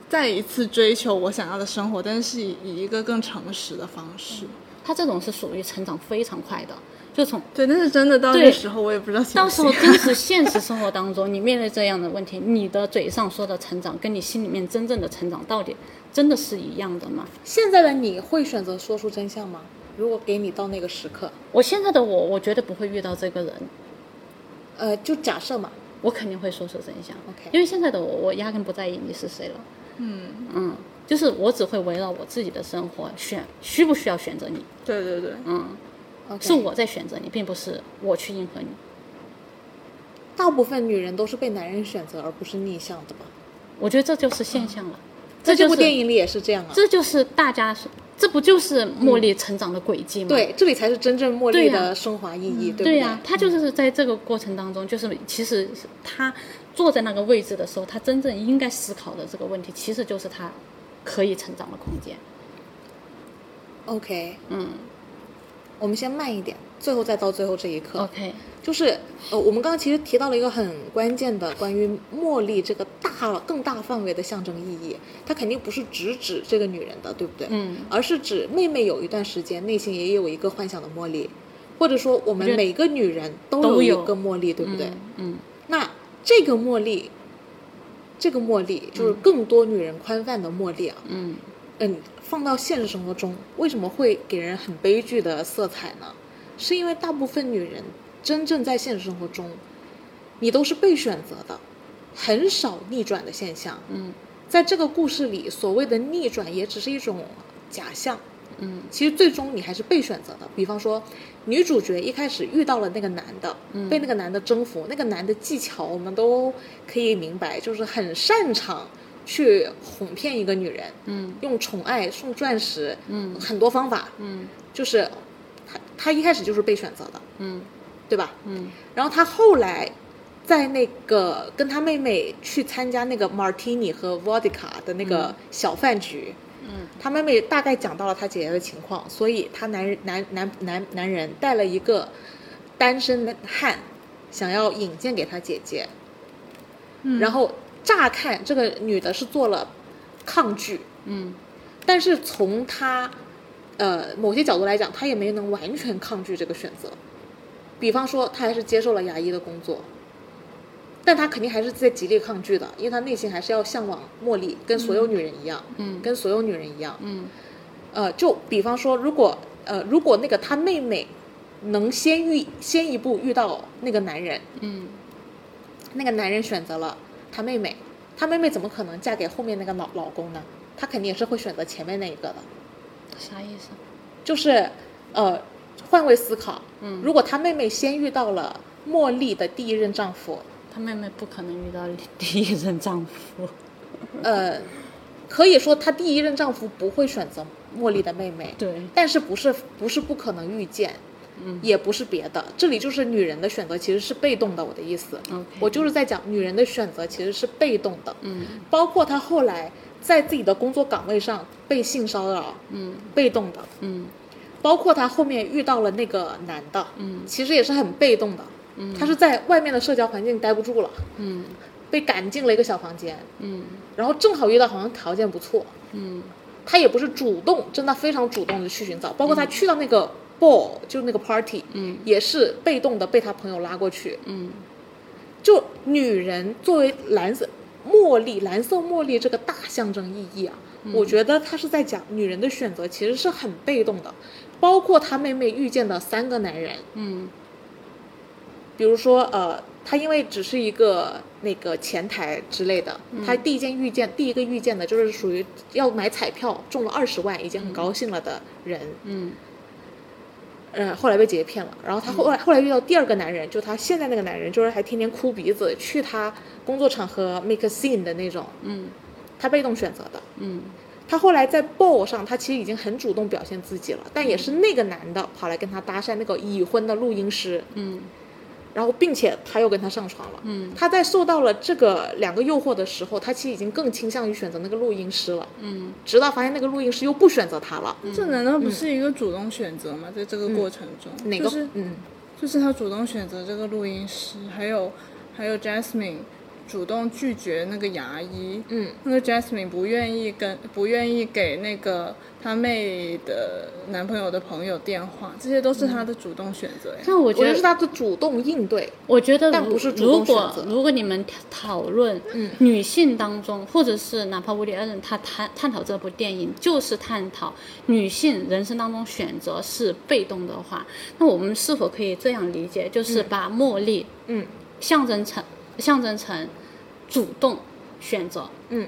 再一次追求我想要的生活，但是以以一个更诚实的方式。
他这种是属于成长非常快的，就从
对，但是真的到那
对
时候，我也不知道行
到
不行。
时 候真实现实生活当中，你面对这样的问题，你的嘴上说的成长，跟你心里面真正的成长，到底真的是一样的吗？
现在的你会选择说出真相吗？如果给你到那个时刻，
我现在的我，我绝对不会遇到这个人，
呃，就假设嘛，
我肯定会说出真相。
OK
因为现在的我，我压根不在意你是谁了。嗯嗯，就是我只会围绕我自己的生活选，需不需要选择你？
对对对，
嗯
o k
是我在选择你，并不是我去迎合你。
大部分女人都是被男人选择，而不是逆向的吧？
我觉得这就是现象了。
在嗯这
就
部
是
电影里也是这样啊。
这就是大家，这不就是茉莉成长的轨迹吗？
对，这里才是真正茉莉
对呀
的升华意义，对不
对
对？
呀、他就是在这个过程当中，就是其实是他坐在那个位置的时候，他真正应该思考的这个问题，其实就是他可以成长的空间。
OK，
嗯
我们先慢一点，最后再到最后这一刻。
，OK，
就是呃，我们刚刚其实提到了一个很关键的关于茉莉这个大更大范围的象征意义，它肯定不是直指这个女人的，对不对？
嗯，
而是指妹妹有一段时间内心也有一个幻想的茉莉，或者说我们
我觉得
每个女人
都
都有
有
一个茉莉，对不对？
嗯嗯
那这个茉莉，这个茉莉就是更多女人宽泛的茉莉啊，
嗯，
嗯，放到现实生活中，为什么会给人很悲剧的色彩呢？是因为大部分女人真正在现实生活中，你都是被选择的，很少逆转的现象。
嗯，
在这个故事里，所谓的逆转也只是一种假象。
嗯，
其实最终你还是被选择的。比方说，女主角一开始遇到了那个男的，被那个男的征服，那个男的技巧我们都可以明白，就是很擅长去哄骗一个女人，
嗯，
用宠爱、送钻石，
嗯，
很多方法，
嗯
就是他他一开始就是被选择的，
嗯
对吧？
嗯
然后他后来在那个跟他妹妹去参加那个 Martini 和 Vodka 的那个小饭局，
嗯
他妹妹大概讲到了他姐姐的情况，所以他男人男男男男人带了一个单身的汉，想要引荐给他姐姐，
嗯
嗯
然后乍看这个女的是做了抗拒，
嗯
但是从她呃某些角度来讲，她也没能完全抗拒这个选择。比方说，她还是接受了牙医的工作，但她肯定还是在极力抗拒的，因为她内心还是要向往茉莉，跟所有女人一样，
嗯
跟所有女人一样。
嗯
呃，就比方说，如果呃如果那个她妹妹能先遇先一步遇到那个男人，
嗯
那个男人选择了他妹妹，他妹妹怎么可能嫁给后面那个老老公呢？她肯定也是会选择前面那一个的。
啥意思？
就是，呃，换位思考，
嗯
如果她妹妹先遇到了茉莉的第一任丈夫，
她妹妹不可能遇到第一任丈夫。
呃，可以说她第一任丈夫不会选择茉莉的妹妹，
对，
但是不是不是不可能遇见，
嗯
也不是别的，这里就是女人的选择其实是被动的，我的意思
OK
我就是在讲女人的选择其实是被动的，
嗯
包括她后来在自己的工作岗位上被性骚扰，
嗯
被动的，
嗯
包括她后面遇到了那个男的，
嗯
其实也是很被动的，
嗯
她是在外面的社交环境待不住了，
嗯
被赶进了一个小房间，
嗯
然后正好遇到好像条件不错，
嗯
她也不是主动，真的非常主动的去寻找，包括她去到那个 ball，、就是那个 party，
嗯
也是被动的被她朋友拉过去，
嗯
就女人作为蓝色茉莉、蓝色茉莉这个大象征意义啊，
嗯
我觉得她是在讲女人的选择其实是很被动的，包括她妹妹遇见的三个男人，
嗯
比如说呃，她因为只是一个那个前台之类的，
嗯
她第一件遇见第一个遇见的就是属于要买彩票中了二十万已经很高兴了的人，
嗯
嗯，后来被姐姐骗了。然后她后来后来遇到第二个男人，就她现在那个男人，就是还天天哭鼻子，去她工作场合 make a scene 的那种。
嗯
她被动选择的。
嗯
她后来在 BO 上，她其实已经很主动表现自己了，但也是那个男的跑来跟她搭讪，那个已婚的录音师，
嗯
然后并且他又跟她上床了。
嗯
她在受到了这个两个诱惑的时候，她其实已经更倾向于选择那个录音师了，
嗯
直到发现那个录音师又不选择她了。
这难道不是一个主动选择吗？在这嗯个过程中，
哪个？
就是
嗯，
就是他主动选择这个录音师，还有还有 Jasmine 主动拒绝那个牙医，
嗯，
那个 Jasmine 不愿意跟不愿意给那个她妹的男朋友的朋友电话，这些都是她的主动选择呀。
但我
我
觉
觉
得
得是她的主动应对。
我觉得
但
如
不是主
如
动选
果
择嗯
如果你们讨论女性当中，或者是哪怕无理二人他探探讨这部电影，就是探讨女性人生当中选择是被动的话，那我们是否可以这样理解，就是把茉莉
嗯
象征成象征成主动选择，
嗯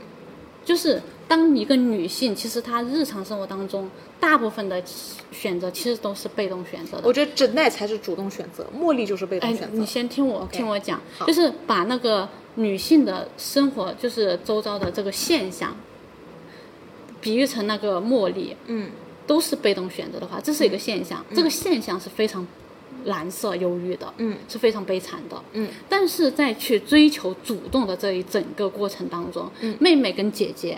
就是当一个女性，其实她日常生活当中大部分的选择其实都是被动选择的
我。觉得真奈才是主动选择，茉莉就是被动
哎
选，择。
你先听我听我讲，
好
就是把那个女性的生活，就是周遭的这个现象，比喻成那个茉莉，
嗯
都是被动选择的话，这是一个现象，这个现象是非常蓝色忧郁的，
嗯
是非常悲惨的，
嗯
但是在去追求主动的这一整个过程当中，
嗯
妹妹跟姐姐，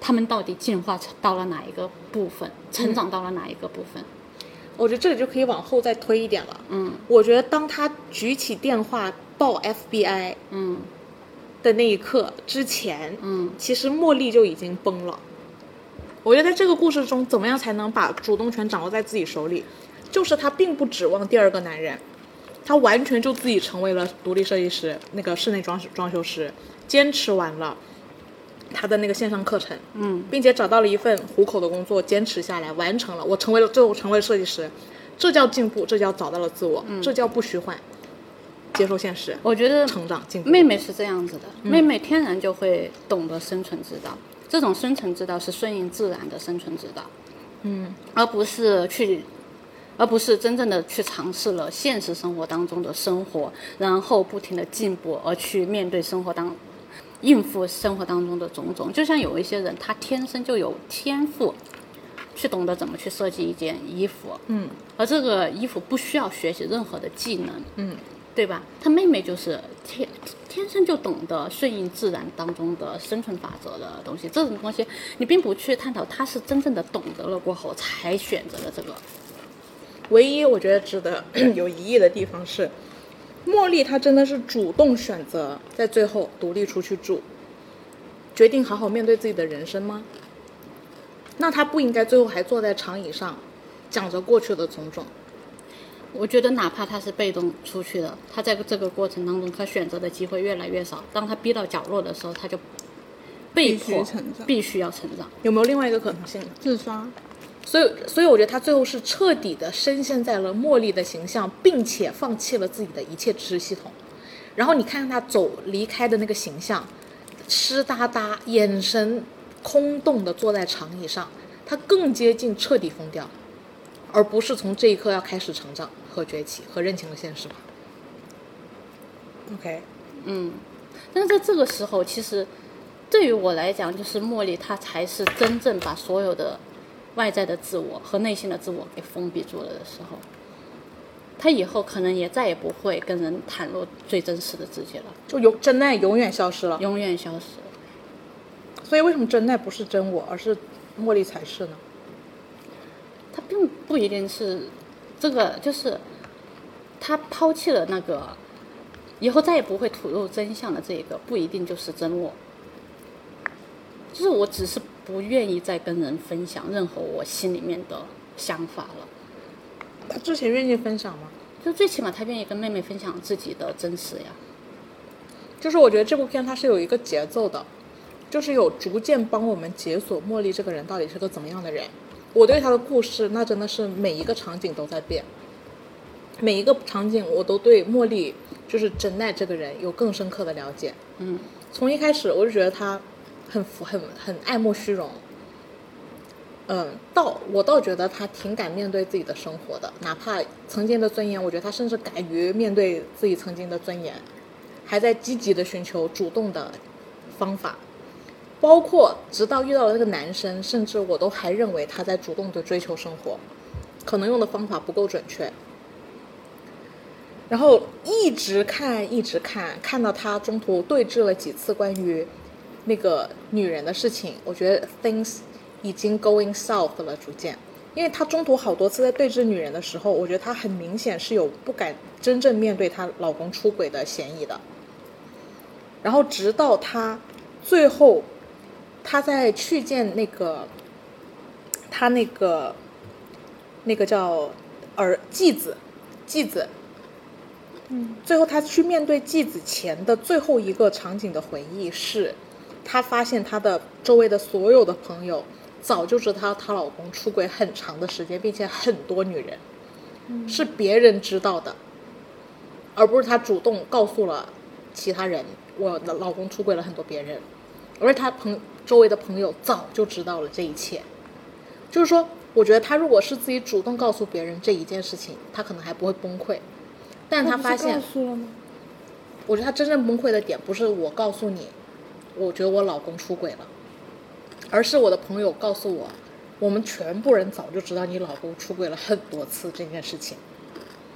她们到底进化成到了哪一个部分，成
嗯
长到了哪一个部分？
我觉得这里就可以往后再推一点了。
嗯
我觉得当他举起电话报 FBI
嗯
的那一刻之前，
嗯
其实茉莉就已经崩了。我觉得在这个故事中，怎么样才能把主动权掌握在自己手里？就是她并不指望第二个男人，她完全就自己成为了独立设计师，那个室内装饰装修师，坚持完了她的那个线上课程，
嗯，
并且找到了一份糊口的工作，坚持下来，完成了。我成为了最后成为了设计师，这叫进步，这叫找到了自我，这叫不虚幻，接受现实，
我觉得
成长进步。
妹妹是这样子的，嗯妹妹天然就会懂得生存之道，这种生存之道是顺应自然的生存之道，嗯，而不是去，而不是真正的去尝试了现实生活当中的生活，然后不停的进步而去面对生活当。应付生活当中的种种，就像有一些人，他天生就有天赋，去懂得怎么去设计一件衣服，嗯，而这个衣服不需要学习任何的技能，对吧？她妹妹就是天天生就懂得顺应自然当中的生存法则的东西，这种东西你并不去探讨，她是真正的懂得了过后才选择了这个。
唯一我觉得值得 有疑义的地方是，茉莉她真的是主动选择在最后独立出去住，决定好好面对自己的人生吗？那她不应该最后还坐在长椅上，讲着过去的种种。
我觉得哪怕她是被动出去的，她在这个过程当中，她选择的机会越来越少。当她逼到角落的时候，她就被
必须
迫
成长
必须要成长。
有没有另外一个可能性呢？
自杀，
所以，所以我觉得她最后是彻底的深陷在了茉莉的形象，并且放弃了自己的一切知识系统。然后你看她走离开的那个形象，湿哒哒，眼神空洞的坐在长椅上，她更接近彻底疯掉，而不是从这一刻要开始成长和崛起和认清了现实吧。OK，
但是在这个时候，其实对于我来讲，就是茉莉她才是真正把所有的外在的自我和内心的自我给封闭住了的时候。她以后可能也再也不会跟人袒露最真实的自己了，
就永真奈永远消失了。
永远消失。
所以为什么真奈不是真我，而是茉莉才是呢？
她并不一定是这个，就是她抛弃了那个以后再也不会吐露真相的这一个，不一定就是真我。就是我只是不愿意再跟人分享任何我心里面的想法了。
她之前愿意分享吗？
就最起码她愿意跟妹妹分享自己的真实呀。
就是我觉得这部片它是有一个节奏的，就是有逐渐帮我们解锁茉莉这个人到底是个怎么样的人。我对她的故事，那真的是每一个场景都在变，每一个场景我都对茉莉就是真奈这个人有更深刻的了解。
嗯，
从一开始我就觉得她很服很很爱慕虚荣，嗯，倒我倒觉得他挺敢面对自己的生活的，哪怕曾经的尊严，我觉得他甚至敢于面对自己曾经的尊严，还在积极的寻求主动的方法，包括直到遇到了那个男生，甚至我都还认为他在主动的追求生活，可能用的方法不够准确。然后一直看，一直看，看到他中途对峙了几次关于那个女人的事情，我觉得 things 已经 going south 了，逐渐。因为他中途好多次在对峙女人的时候，我觉得他很明显是有不敢真正面对她老公出轨的嫌疑的。然后直到她最后，她在去见那个她那个那个叫儿继子，继子，最后他去面对继子前的最后一个场景的回忆是，他发现他的周围的所有的朋友早就知道她老公出轨很长的时间，并且很多女人，
嗯
是别人知道的，而不是他主动告诉了其他人，我的老公出轨了很多别人，而是他朋周围的朋友早就知道了这一切。就是说，我觉得他如果是自己主动告诉别人这一件事情，他可能还不会崩溃，但
他
他发现
告诉了吗？
我觉得他真正崩溃的点不是我告诉你，我觉得我老公出轨了，而是我的朋友告诉我，我们全部人早就知道你老公出轨了很多次这件事情，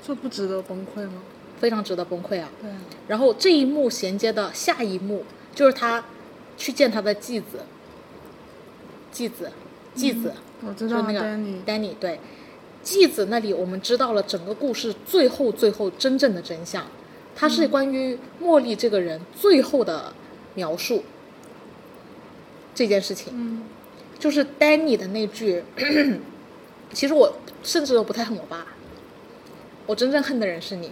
这不值得崩溃吗？
非常值得崩溃啊。
对啊，
然后这一幕衔接的下一幕就是他去见他的继子，继子，继子，
我知
就
道啊
是那个
Danny，
Danny 对，继子那里我们知道了整个故事最后最后真正的真相，它是
嗯
关于茉莉这个人最后的描述这件事情，
嗯
就是 Danny 的那句，其实我甚至都不太恨我爸，我真正恨的人是你。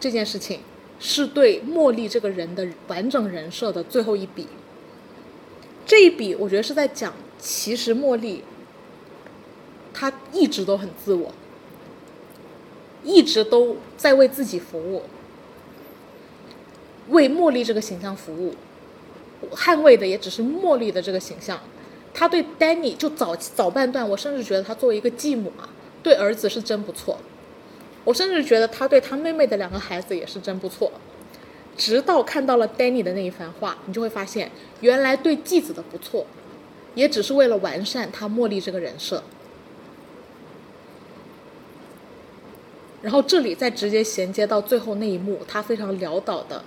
这件事情是对茉莉这个人的完整人设的最后一笔。这一笔，我觉得是在讲，其实茉莉她一直都很自我，一直都在为自己服务，为茉莉这个形象服务，捍卫的也只是茉莉的这个形象。她对 Danny 就早早半段，我甚至觉得她作为一个继母啊，对儿子是真不错。我甚至觉得她对她妹妹的两个孩子也是真不错。直到看到了 Danny 的那一番话，你就会发现，原来对继子的不错，也只是为了完善他茉莉这个人设。然后这里再直接衔接到最后那一幕，他非常潦倒的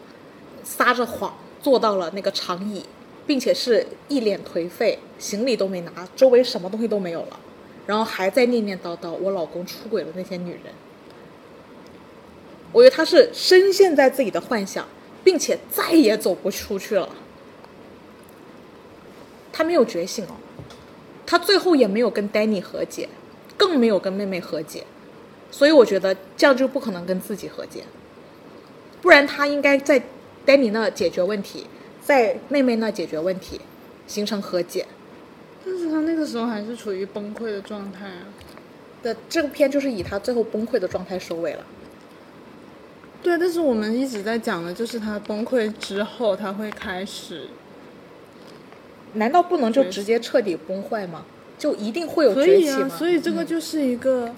撒着谎坐到了那个长椅，并且是一脸颓废，行李都没拿，周围什么东西都没有了，然后还在念念叨叨我老公出轨了那些女人。我觉得他是深陷在自己的幻想，并且再也走不出去了。他没有觉醒哦，他最后也没有跟 Danny 和解，更没有跟妹妹和解，所以我觉得这样就不可能跟自己和解。不然他应该在 Danny 那解决问题，在妹妹那解决问题，形成和解。
但是他那个时候还是处于崩溃的状态啊。
的这个片就是以他最后崩溃的状态收尾了。
对，但是我们一直在讲的就是他崩溃之后，他会开始
难道不能就
对
直接彻底崩坏吗？就一定会有
可
崛
以
起吗？嗯
啊，所以这个就是一个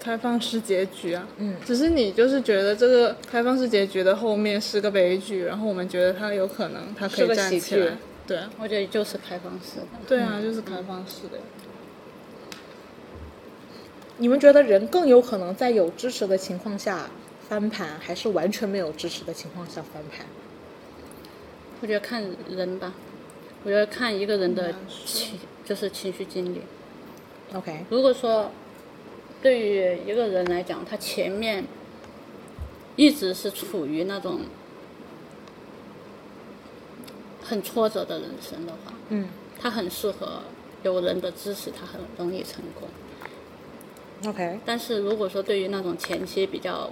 开放式结局啊。
嗯
只是你就是觉得这个开放式结局的后面是个悲剧，然后我们觉得他有可能他可
是
以
个
站
喜
起
剧嗯
来。对啊，
我觉得就是开放式的，
对啊，就是开放式的。
你们觉得人更有可能在有支持的情况下翻盘，还是完全没有支持的情况下翻盘？
我觉得看人吧，我觉得看一个人的情，就是情绪经历。
OK，
如果说对于一个人来讲，他前面一直是处于那种很挫折的人生的话，
嗯
他很适合有人的支持，他很容易成功。
，OK，
但是如果说对于那种前期比较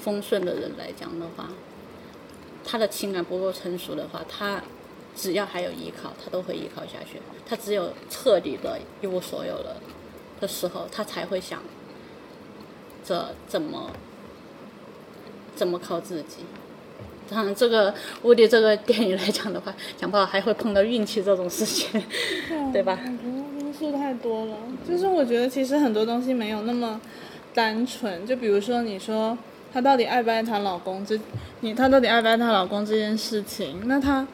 丰顺的人来讲的话，他的情感不够成熟的话，他只要还有依靠，他都会依靠下去。他只有彻底的一无所有了的时候，他才会想着怎么怎么靠自己，上这个乌迪这个电影来讲的话，讲不好还会碰到运气这种事情， 对吧？
感觉因素太多了，就是我觉得其实很多东西没有那么单纯，就比如说你说她到底爱不爱她老公这，你她到底爱不爱她老公这件事情，那她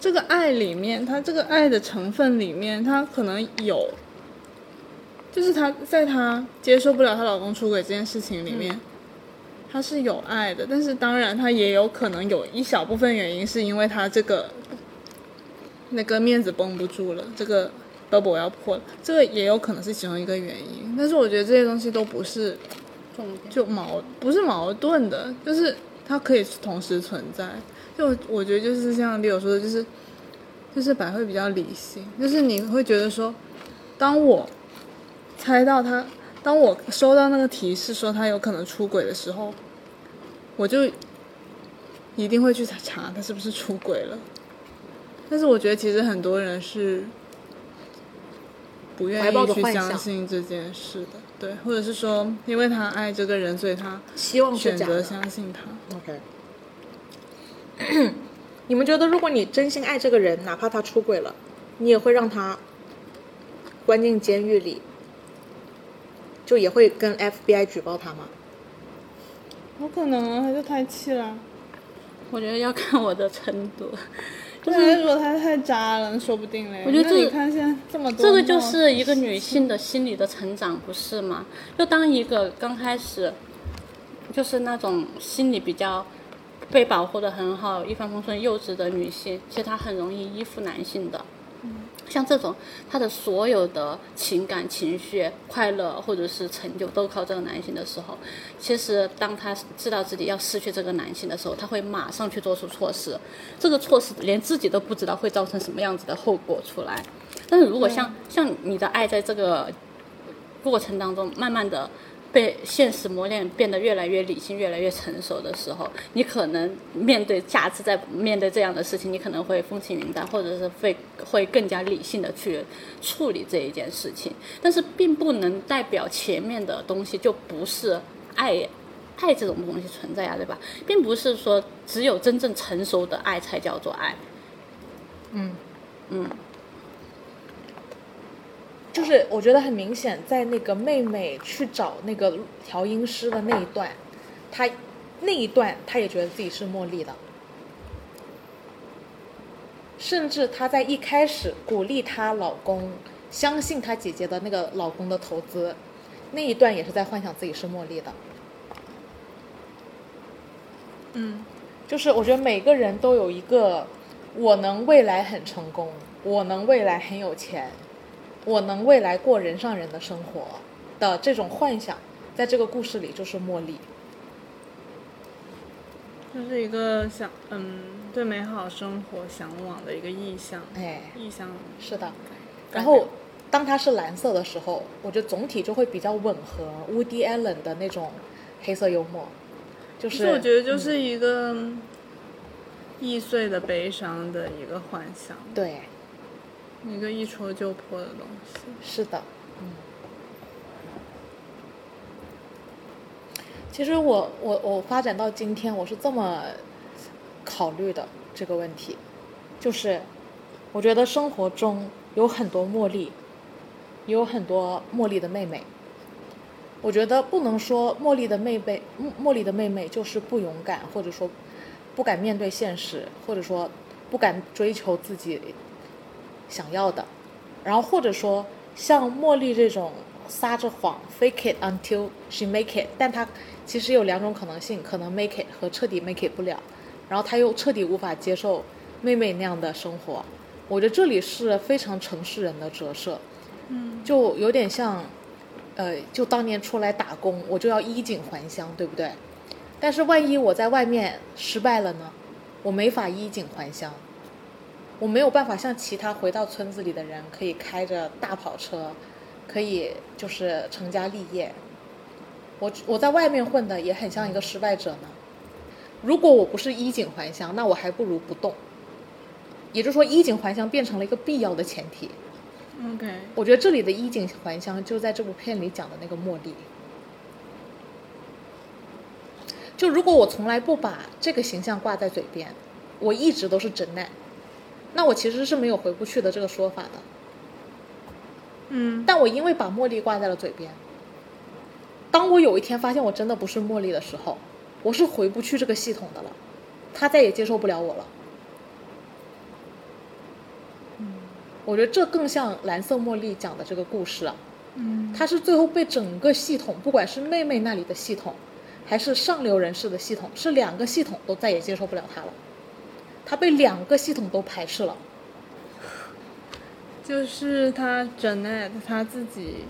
这个爱里面，她这个爱的成分里面，她可能有，就是她在她接受不了她老公出轨这件事情里面。她是有爱的，但是当然，她也有可能有一小部分原因是因为她这个那个面子绷不住了，这个 bubble 要破了，这个也有可能是其中一个原因。但是我觉得这些东西都不是
重点
就矛不是矛盾的，就是它可以同时存在。就我我觉得就是像 Leo 说的，就是就是百惠比较理性，就是你会觉得说，当我猜到他，当我收到那个提示说他有可能出轨的时候，我就一定会去查他是不是出轨了。但是我觉得其实很多人是不愿
怀抱
意
着
去
幻
相
想
信这件事的，对，或者是说因为他爱这个人，所以他
希望是
选
假的
择。相信他。
OK 你们觉得，如果你真心爱这个人，哪怕他出轨了，你也会让他关进监狱里，就也会跟 FBI 举报他吗？
有可能啊，他就太气了。
我觉得要看我的程度，
不然如果他太渣了，说不定嘞。
我觉得
那
这
你看现在这么多，
这个就是一个女性的心理的成长，不是吗？就当一个刚开始，就是那种心理比较被保护的很好、一帆风顺、幼稚的女性，其实她很容易依附男性的。
嗯
像这种，她的所有的情感、情绪、快乐或者是成就都靠这个男性的时候，其实当她知道自己要失去这个男性的时候，她会马上去做出措施。这个措施连自己都不知道会造成什么样子的后果出来。但是如果像、像你的爱在这个过程当中，慢慢的被现实磨练，变得越来越理性、越来越成熟的时候，你可能面对下次再面对这样的事情，你可能会风轻云淡，或者是会会更加理性的去处理这一件事情。但是并不能代表前面的东西就不是爱。爱这种东西存在呀、对吧？并不是说只有真正成熟的爱才叫做爱，
就是我觉得很明显，在那个妹妹去找那个调音师的那一段，她那一段她也觉得自己是茉莉的，甚至她在一开始鼓励她老公相信她姐姐的那个老公的投资，那一段也是在幻想自己是茉莉的。
嗯，
就是我觉得每个人都有一个，我能未来很成功，我能未来很有钱，我能未来过人上人的生活的这种幻想，在这个故事里就是茉莉。
就是一个想嗯对美好生活向往的一个意向，
哎，
意向
是的。然后当它是蓝色的时候，我觉得总体就会比较吻合 Woody Allen 的那种黑色幽默，就
其
是
实我觉得就是一个嗯易碎的悲伤的一个幻想，
对，
一个一戳就破的东西。
是的，嗯。其实我我我发展到今天，我是这么考虑的这个问题，就是我觉得生活中有很多茉莉，也有很多茉莉的妹妹。我觉得不能说茉莉的妹妹，嗯茉茉莉的妹妹就是不勇敢，或者说不敢面对现实，或者说不敢追求自己想要的。然后或者说像茉莉这种撒着谎 fake it until she make it，但她其实有两种可能性，可能 make it 和彻底 make it 不了，然后她又彻底无法接受妹妹那样的生活。我觉得这里是非常城市人的折射，
嗯，
就有点像，呃，就当年出来打工，我就要衣锦还乡，对不对？但是万一我在外面失败了呢？我没法衣锦还乡，我没有办法像其他回到村子里的人，可以开着大跑车，可以就是成家立业。我我在外面混的也很像一个失败者呢。如果我不是衣锦还乡，那我还不如不动。也就是说，衣锦还乡变成了一个必要的前提。
OK，
我觉得这里的衣锦还乡就在这部片里讲的那个茉莉，就如果我从来不把这个形象挂在嘴边，我一直都是真奈，那我其实是没有回不去的这个说法的。
嗯
但我因为把茉莉挂在了嘴边，当我有一天发现我真的不是茉莉的时候，我是回不去这个系统的了，他再也接受不了我了。我觉得这更像蓝色茉莉讲的这个故事啊，
嗯
它是最后被整个系统，不管是妹妹那里的系统，还是上流人士的系统，是两个系统都再也接受不了她了，她被两个系统都排斥了。
就是他 Janet 他自己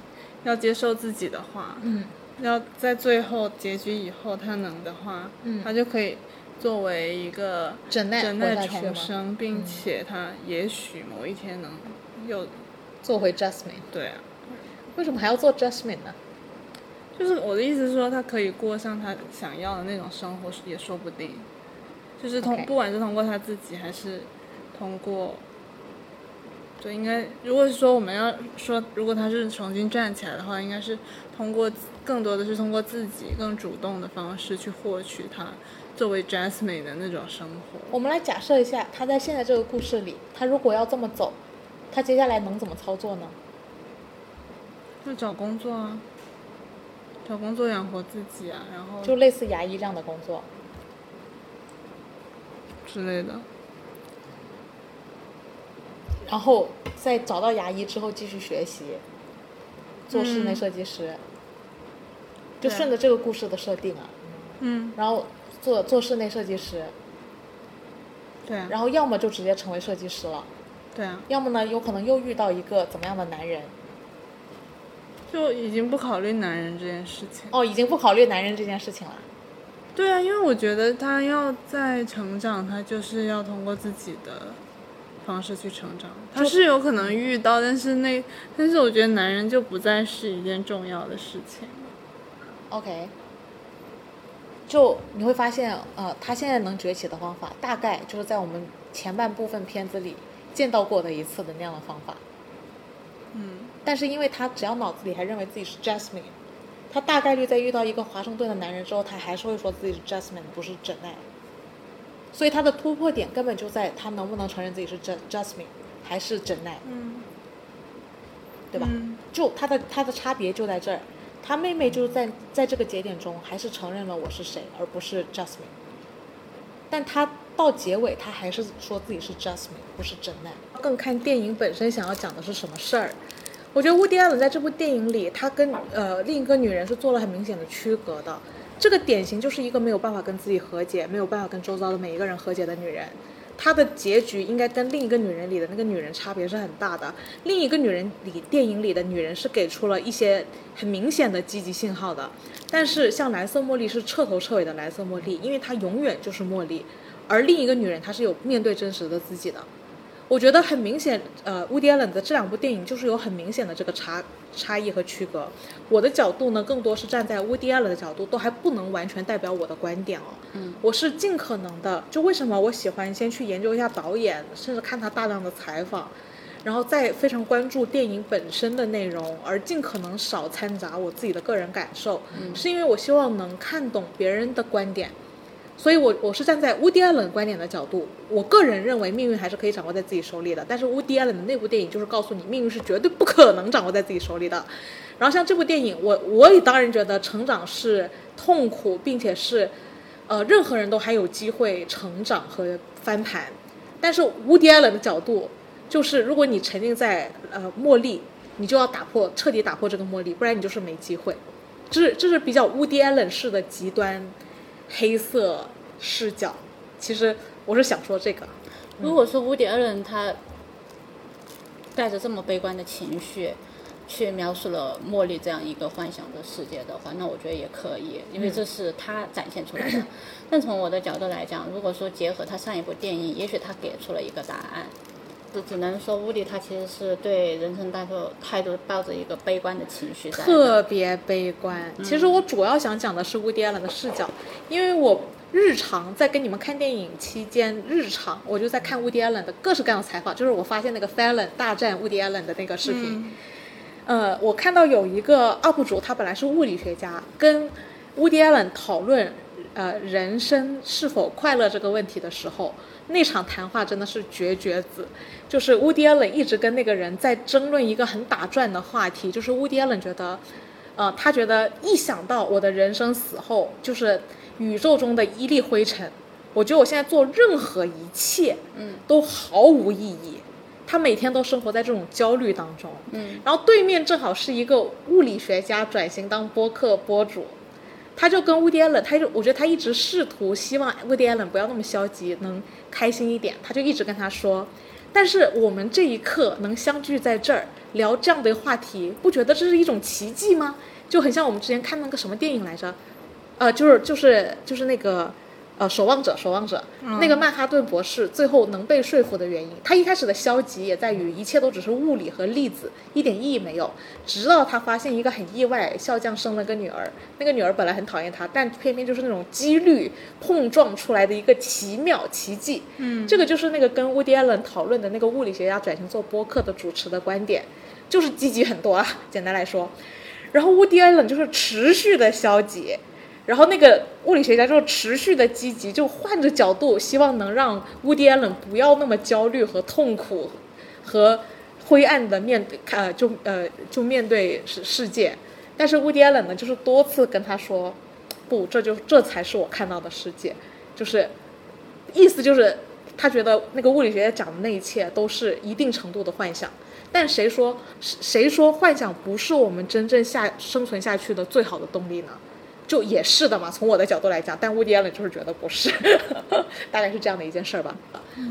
要接受自己的话，
嗯
要在最后结局以后他能的话，
嗯
他就可以作为一个
真奈
人
活
类
下去
重
吗？
生，并且他也许某一天能又
做回 Jasmine，
对啊，
为什么还要做 Jasmine 呢？
就是我的意思是说，他可以过上他想要的那种生活也说不定，就是通
OK
不管是通过他自己还是通过。对，应该如果是说我们要说，如果他是重新站起来的话，应该是通过更多的是通过自己更主动的方式去获取他作为 Jasmine 的那种生活。
我们来假设一下，他在现在这个故事里，他如果要这么走，他接下来能怎么操作呢？
就找工作啊，找工作养活自己啊，然后
就类似牙医这样的工作，
之类的。
然后在找到牙医之后继续学习，做室内设计师，就
对
顺着这个故事的设定啊，
嗯，
然后做做室内设计师，
对啊，
然后要么就直接成为设计师了，
对啊，
要么呢有可能又遇到一个怎么样的男人，
就已经不考虑男人这件事情。
哦，已经不考虑男人这件事情了。
对啊，因为我觉得他要在成长，他就是要通过自己的方式去成长。他是有可能遇到，但是那但是我觉得男人就不再是一件重要的事情了。
OK，就你会发现，呃，他现在能崛起的方法，大概就是在我们前半部分片子里见到过的一次的那样的方法。
嗯，
但是因为他只要脑子里还认为自己是 Jasmine，他大概率在遇到一个华盛顿的男人之后，他还是会说自己是 Jasmine，不是真爱。所以他的突破点根本就在他能不能承认自己是 Jas- Jasmine 还是真爱，
嗯，
对吧？
嗯
就他的他的差别就在这儿，他妹妹就是在在这个节点中还是承认了我是谁，而不是 Jasmine。但他到结尾，他还是说自己是 Jasmine，不是真奈。更看电影本身想要讲的是什么事儿。我觉得乌迪艾伦在这部电影里，他跟呃另一个女人是做了很明显的区隔的。这个典型就是一个没有办法跟自己和解，没有办法跟周遭的每一个人和解的女人。她的结局应该跟另一个女人里的那个女人差别是很大的。另一个女人里，电影里的女人是给出了一些很明显的积极信号的，但是像蓝色茉莉是彻头彻尾的蓝色茉莉，因为她永远就是茉莉。而另一个女人，她是有面对真实的自己的。我觉得很明显，呃，乌迪艾伦的这两部电影就是有很明显的这个差差异和区隔。我的角度呢，更多是站在乌迪艾伦的角度，都还不能完全代表我的观点哦。
嗯，
我是尽可能的，就为什么我喜欢先去研究一下导演，甚至看他大量的采访，然后再非常关注电影本身的内容，而尽可能少掺杂我自己的个人感受，是因为我希望能看懂别人的观点。所以我，我是站在乌迪艾伦观点的角度，我个人认为命运还是可以掌握在自己手里的。但是乌迪艾伦的那部电影就是告诉你，命运是绝对不可能掌握在自己手里的。然后像这部电影，我我也当然觉得成长是痛苦，并且是，呃，任何人都还有机会成长和翻盘。但是乌迪艾伦的角度就是，如果你沉浸在呃茉莉，你就要打破彻底打破这个茉莉，不然你就是没机会。这是这是比较乌迪艾伦式的极端黑色视角。其实我是想说这个，
如果说乌迪艾伦他带着这么悲观的情绪去描述了茉莉这样一个幻想的世界的话，那我觉得也可以，因为这是他展现出来的。但从我的角度来讲，如果说结合他上一部电影，也许他给出了一个答案。就只能说，乌迪他其实是对人生态度态度抱着一个悲观的情绪在的。
特别悲观。其实我主要想讲的是乌迪艾伦的视角，因为我日常在跟你们看电影期间，日常我就在看乌迪艾伦的各式各样的采访，就是我发现那个 Fallon 大战乌迪艾伦的那个视
嗯
频。呃，我看到有一个 UP 主，他本来是物理学家，跟 Woody Allen 讨论呃人生是否快乐这个问题的时候，那场谈话真的是绝绝子。就是乌迪·艾伦一直跟那个人在争论一个很打转的话题，就是乌迪·艾伦觉得，呃，他觉得一想到我的人生死后就是宇宙中的一粒灰尘，我觉得我现在做任何一切，
嗯，
都毫无意义。他每天都生活在这种焦虑当中，
嗯
然后对面正好是一个物理学家转型当播客博主，他就跟 Woody Allen，他就我觉得他一直试图希望 Woody Allen 不要那么消极，能开心一点，他就一直跟他说，但是我们这一刻能相聚在这儿聊这样的话题，不觉得这是一种奇迹吗？就很像我们之前看那个什么电影来着，呃，就是就是就是那个。呃，守望者，守望者，那个曼哈顿博士最后能被说服的原因，他一开始的消极也在于一切都只是物理和粒子，一点意义没有。直到他发现一个很意外，笑匠生了个女儿，那个女儿本来很讨厌他，但偏偏就是那种几率碰撞出来的一个奇妙奇迹。嗯，这个就是那个跟 Woody Allen 讨论的那个物理学家转型做播客的主持的观点，就是积极很多啊。简单来说，然后 Woody Allen 就是持续的消极，然后那个物理学家就持续的积极，就换着角度，希望能让 Woody Allen 不要那么焦虑和痛苦和灰暗的面对，呃，就呃就面对世世界。但是 Woody Allen 呢，就是多次跟他说，不，这就这才是我看到的世界，就是意思就是他觉得那个物理学家讲的那一切都是一定程度的幻想。但谁说谁说幻想不是我们真正下生存下去的最好的动力呢？就也是的嘛，从我的角度来讲，但乌迪安伦就是觉得不是， 大概是这样的一件事儿吧。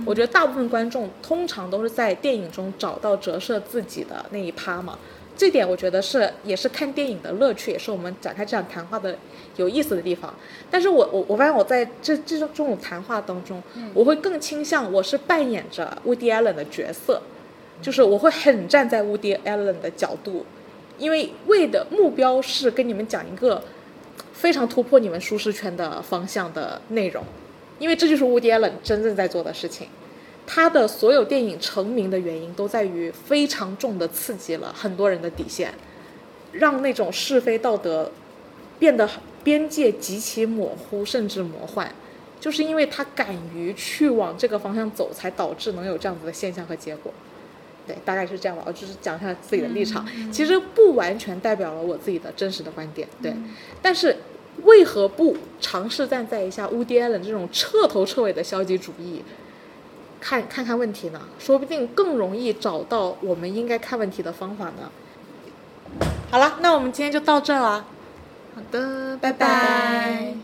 我觉得大部分观众通常都是在电影中找到折射自己的那一趴嘛，这点我觉得是也是看电影的乐趣，也是我们展开这场谈话的有意思的地方。但是我我我发现我在这这种这种谈话当中，我会更倾向我是扮演着乌迪安伦的角色，就是我会很站在 Woody Allen 的角度，因为为的目标是跟你们讲一个非常突破你们舒适圈的方向的内容，因为这就是 Woody Allen 真正在做的事情。他的所有电影成名的原因都在于非常重的刺激了很多人的底线，让那种是非道德变得边界极其模糊，甚至魔幻。就是因为他敢于去往这个方向走，才导致能有这样子的现象和结果。对，大概是这样吧。我就是讲一下自己的立场，其实不完全代表了我自己的真实的观点。对，但是为何不尝试站在一下 Woody Allen 这种彻头彻尾的消极主义，看看看问题呢？说不定更容易找到我们应该看问题的方法呢。好了，那我们今天就到这儿了。
好的，
拜拜
拜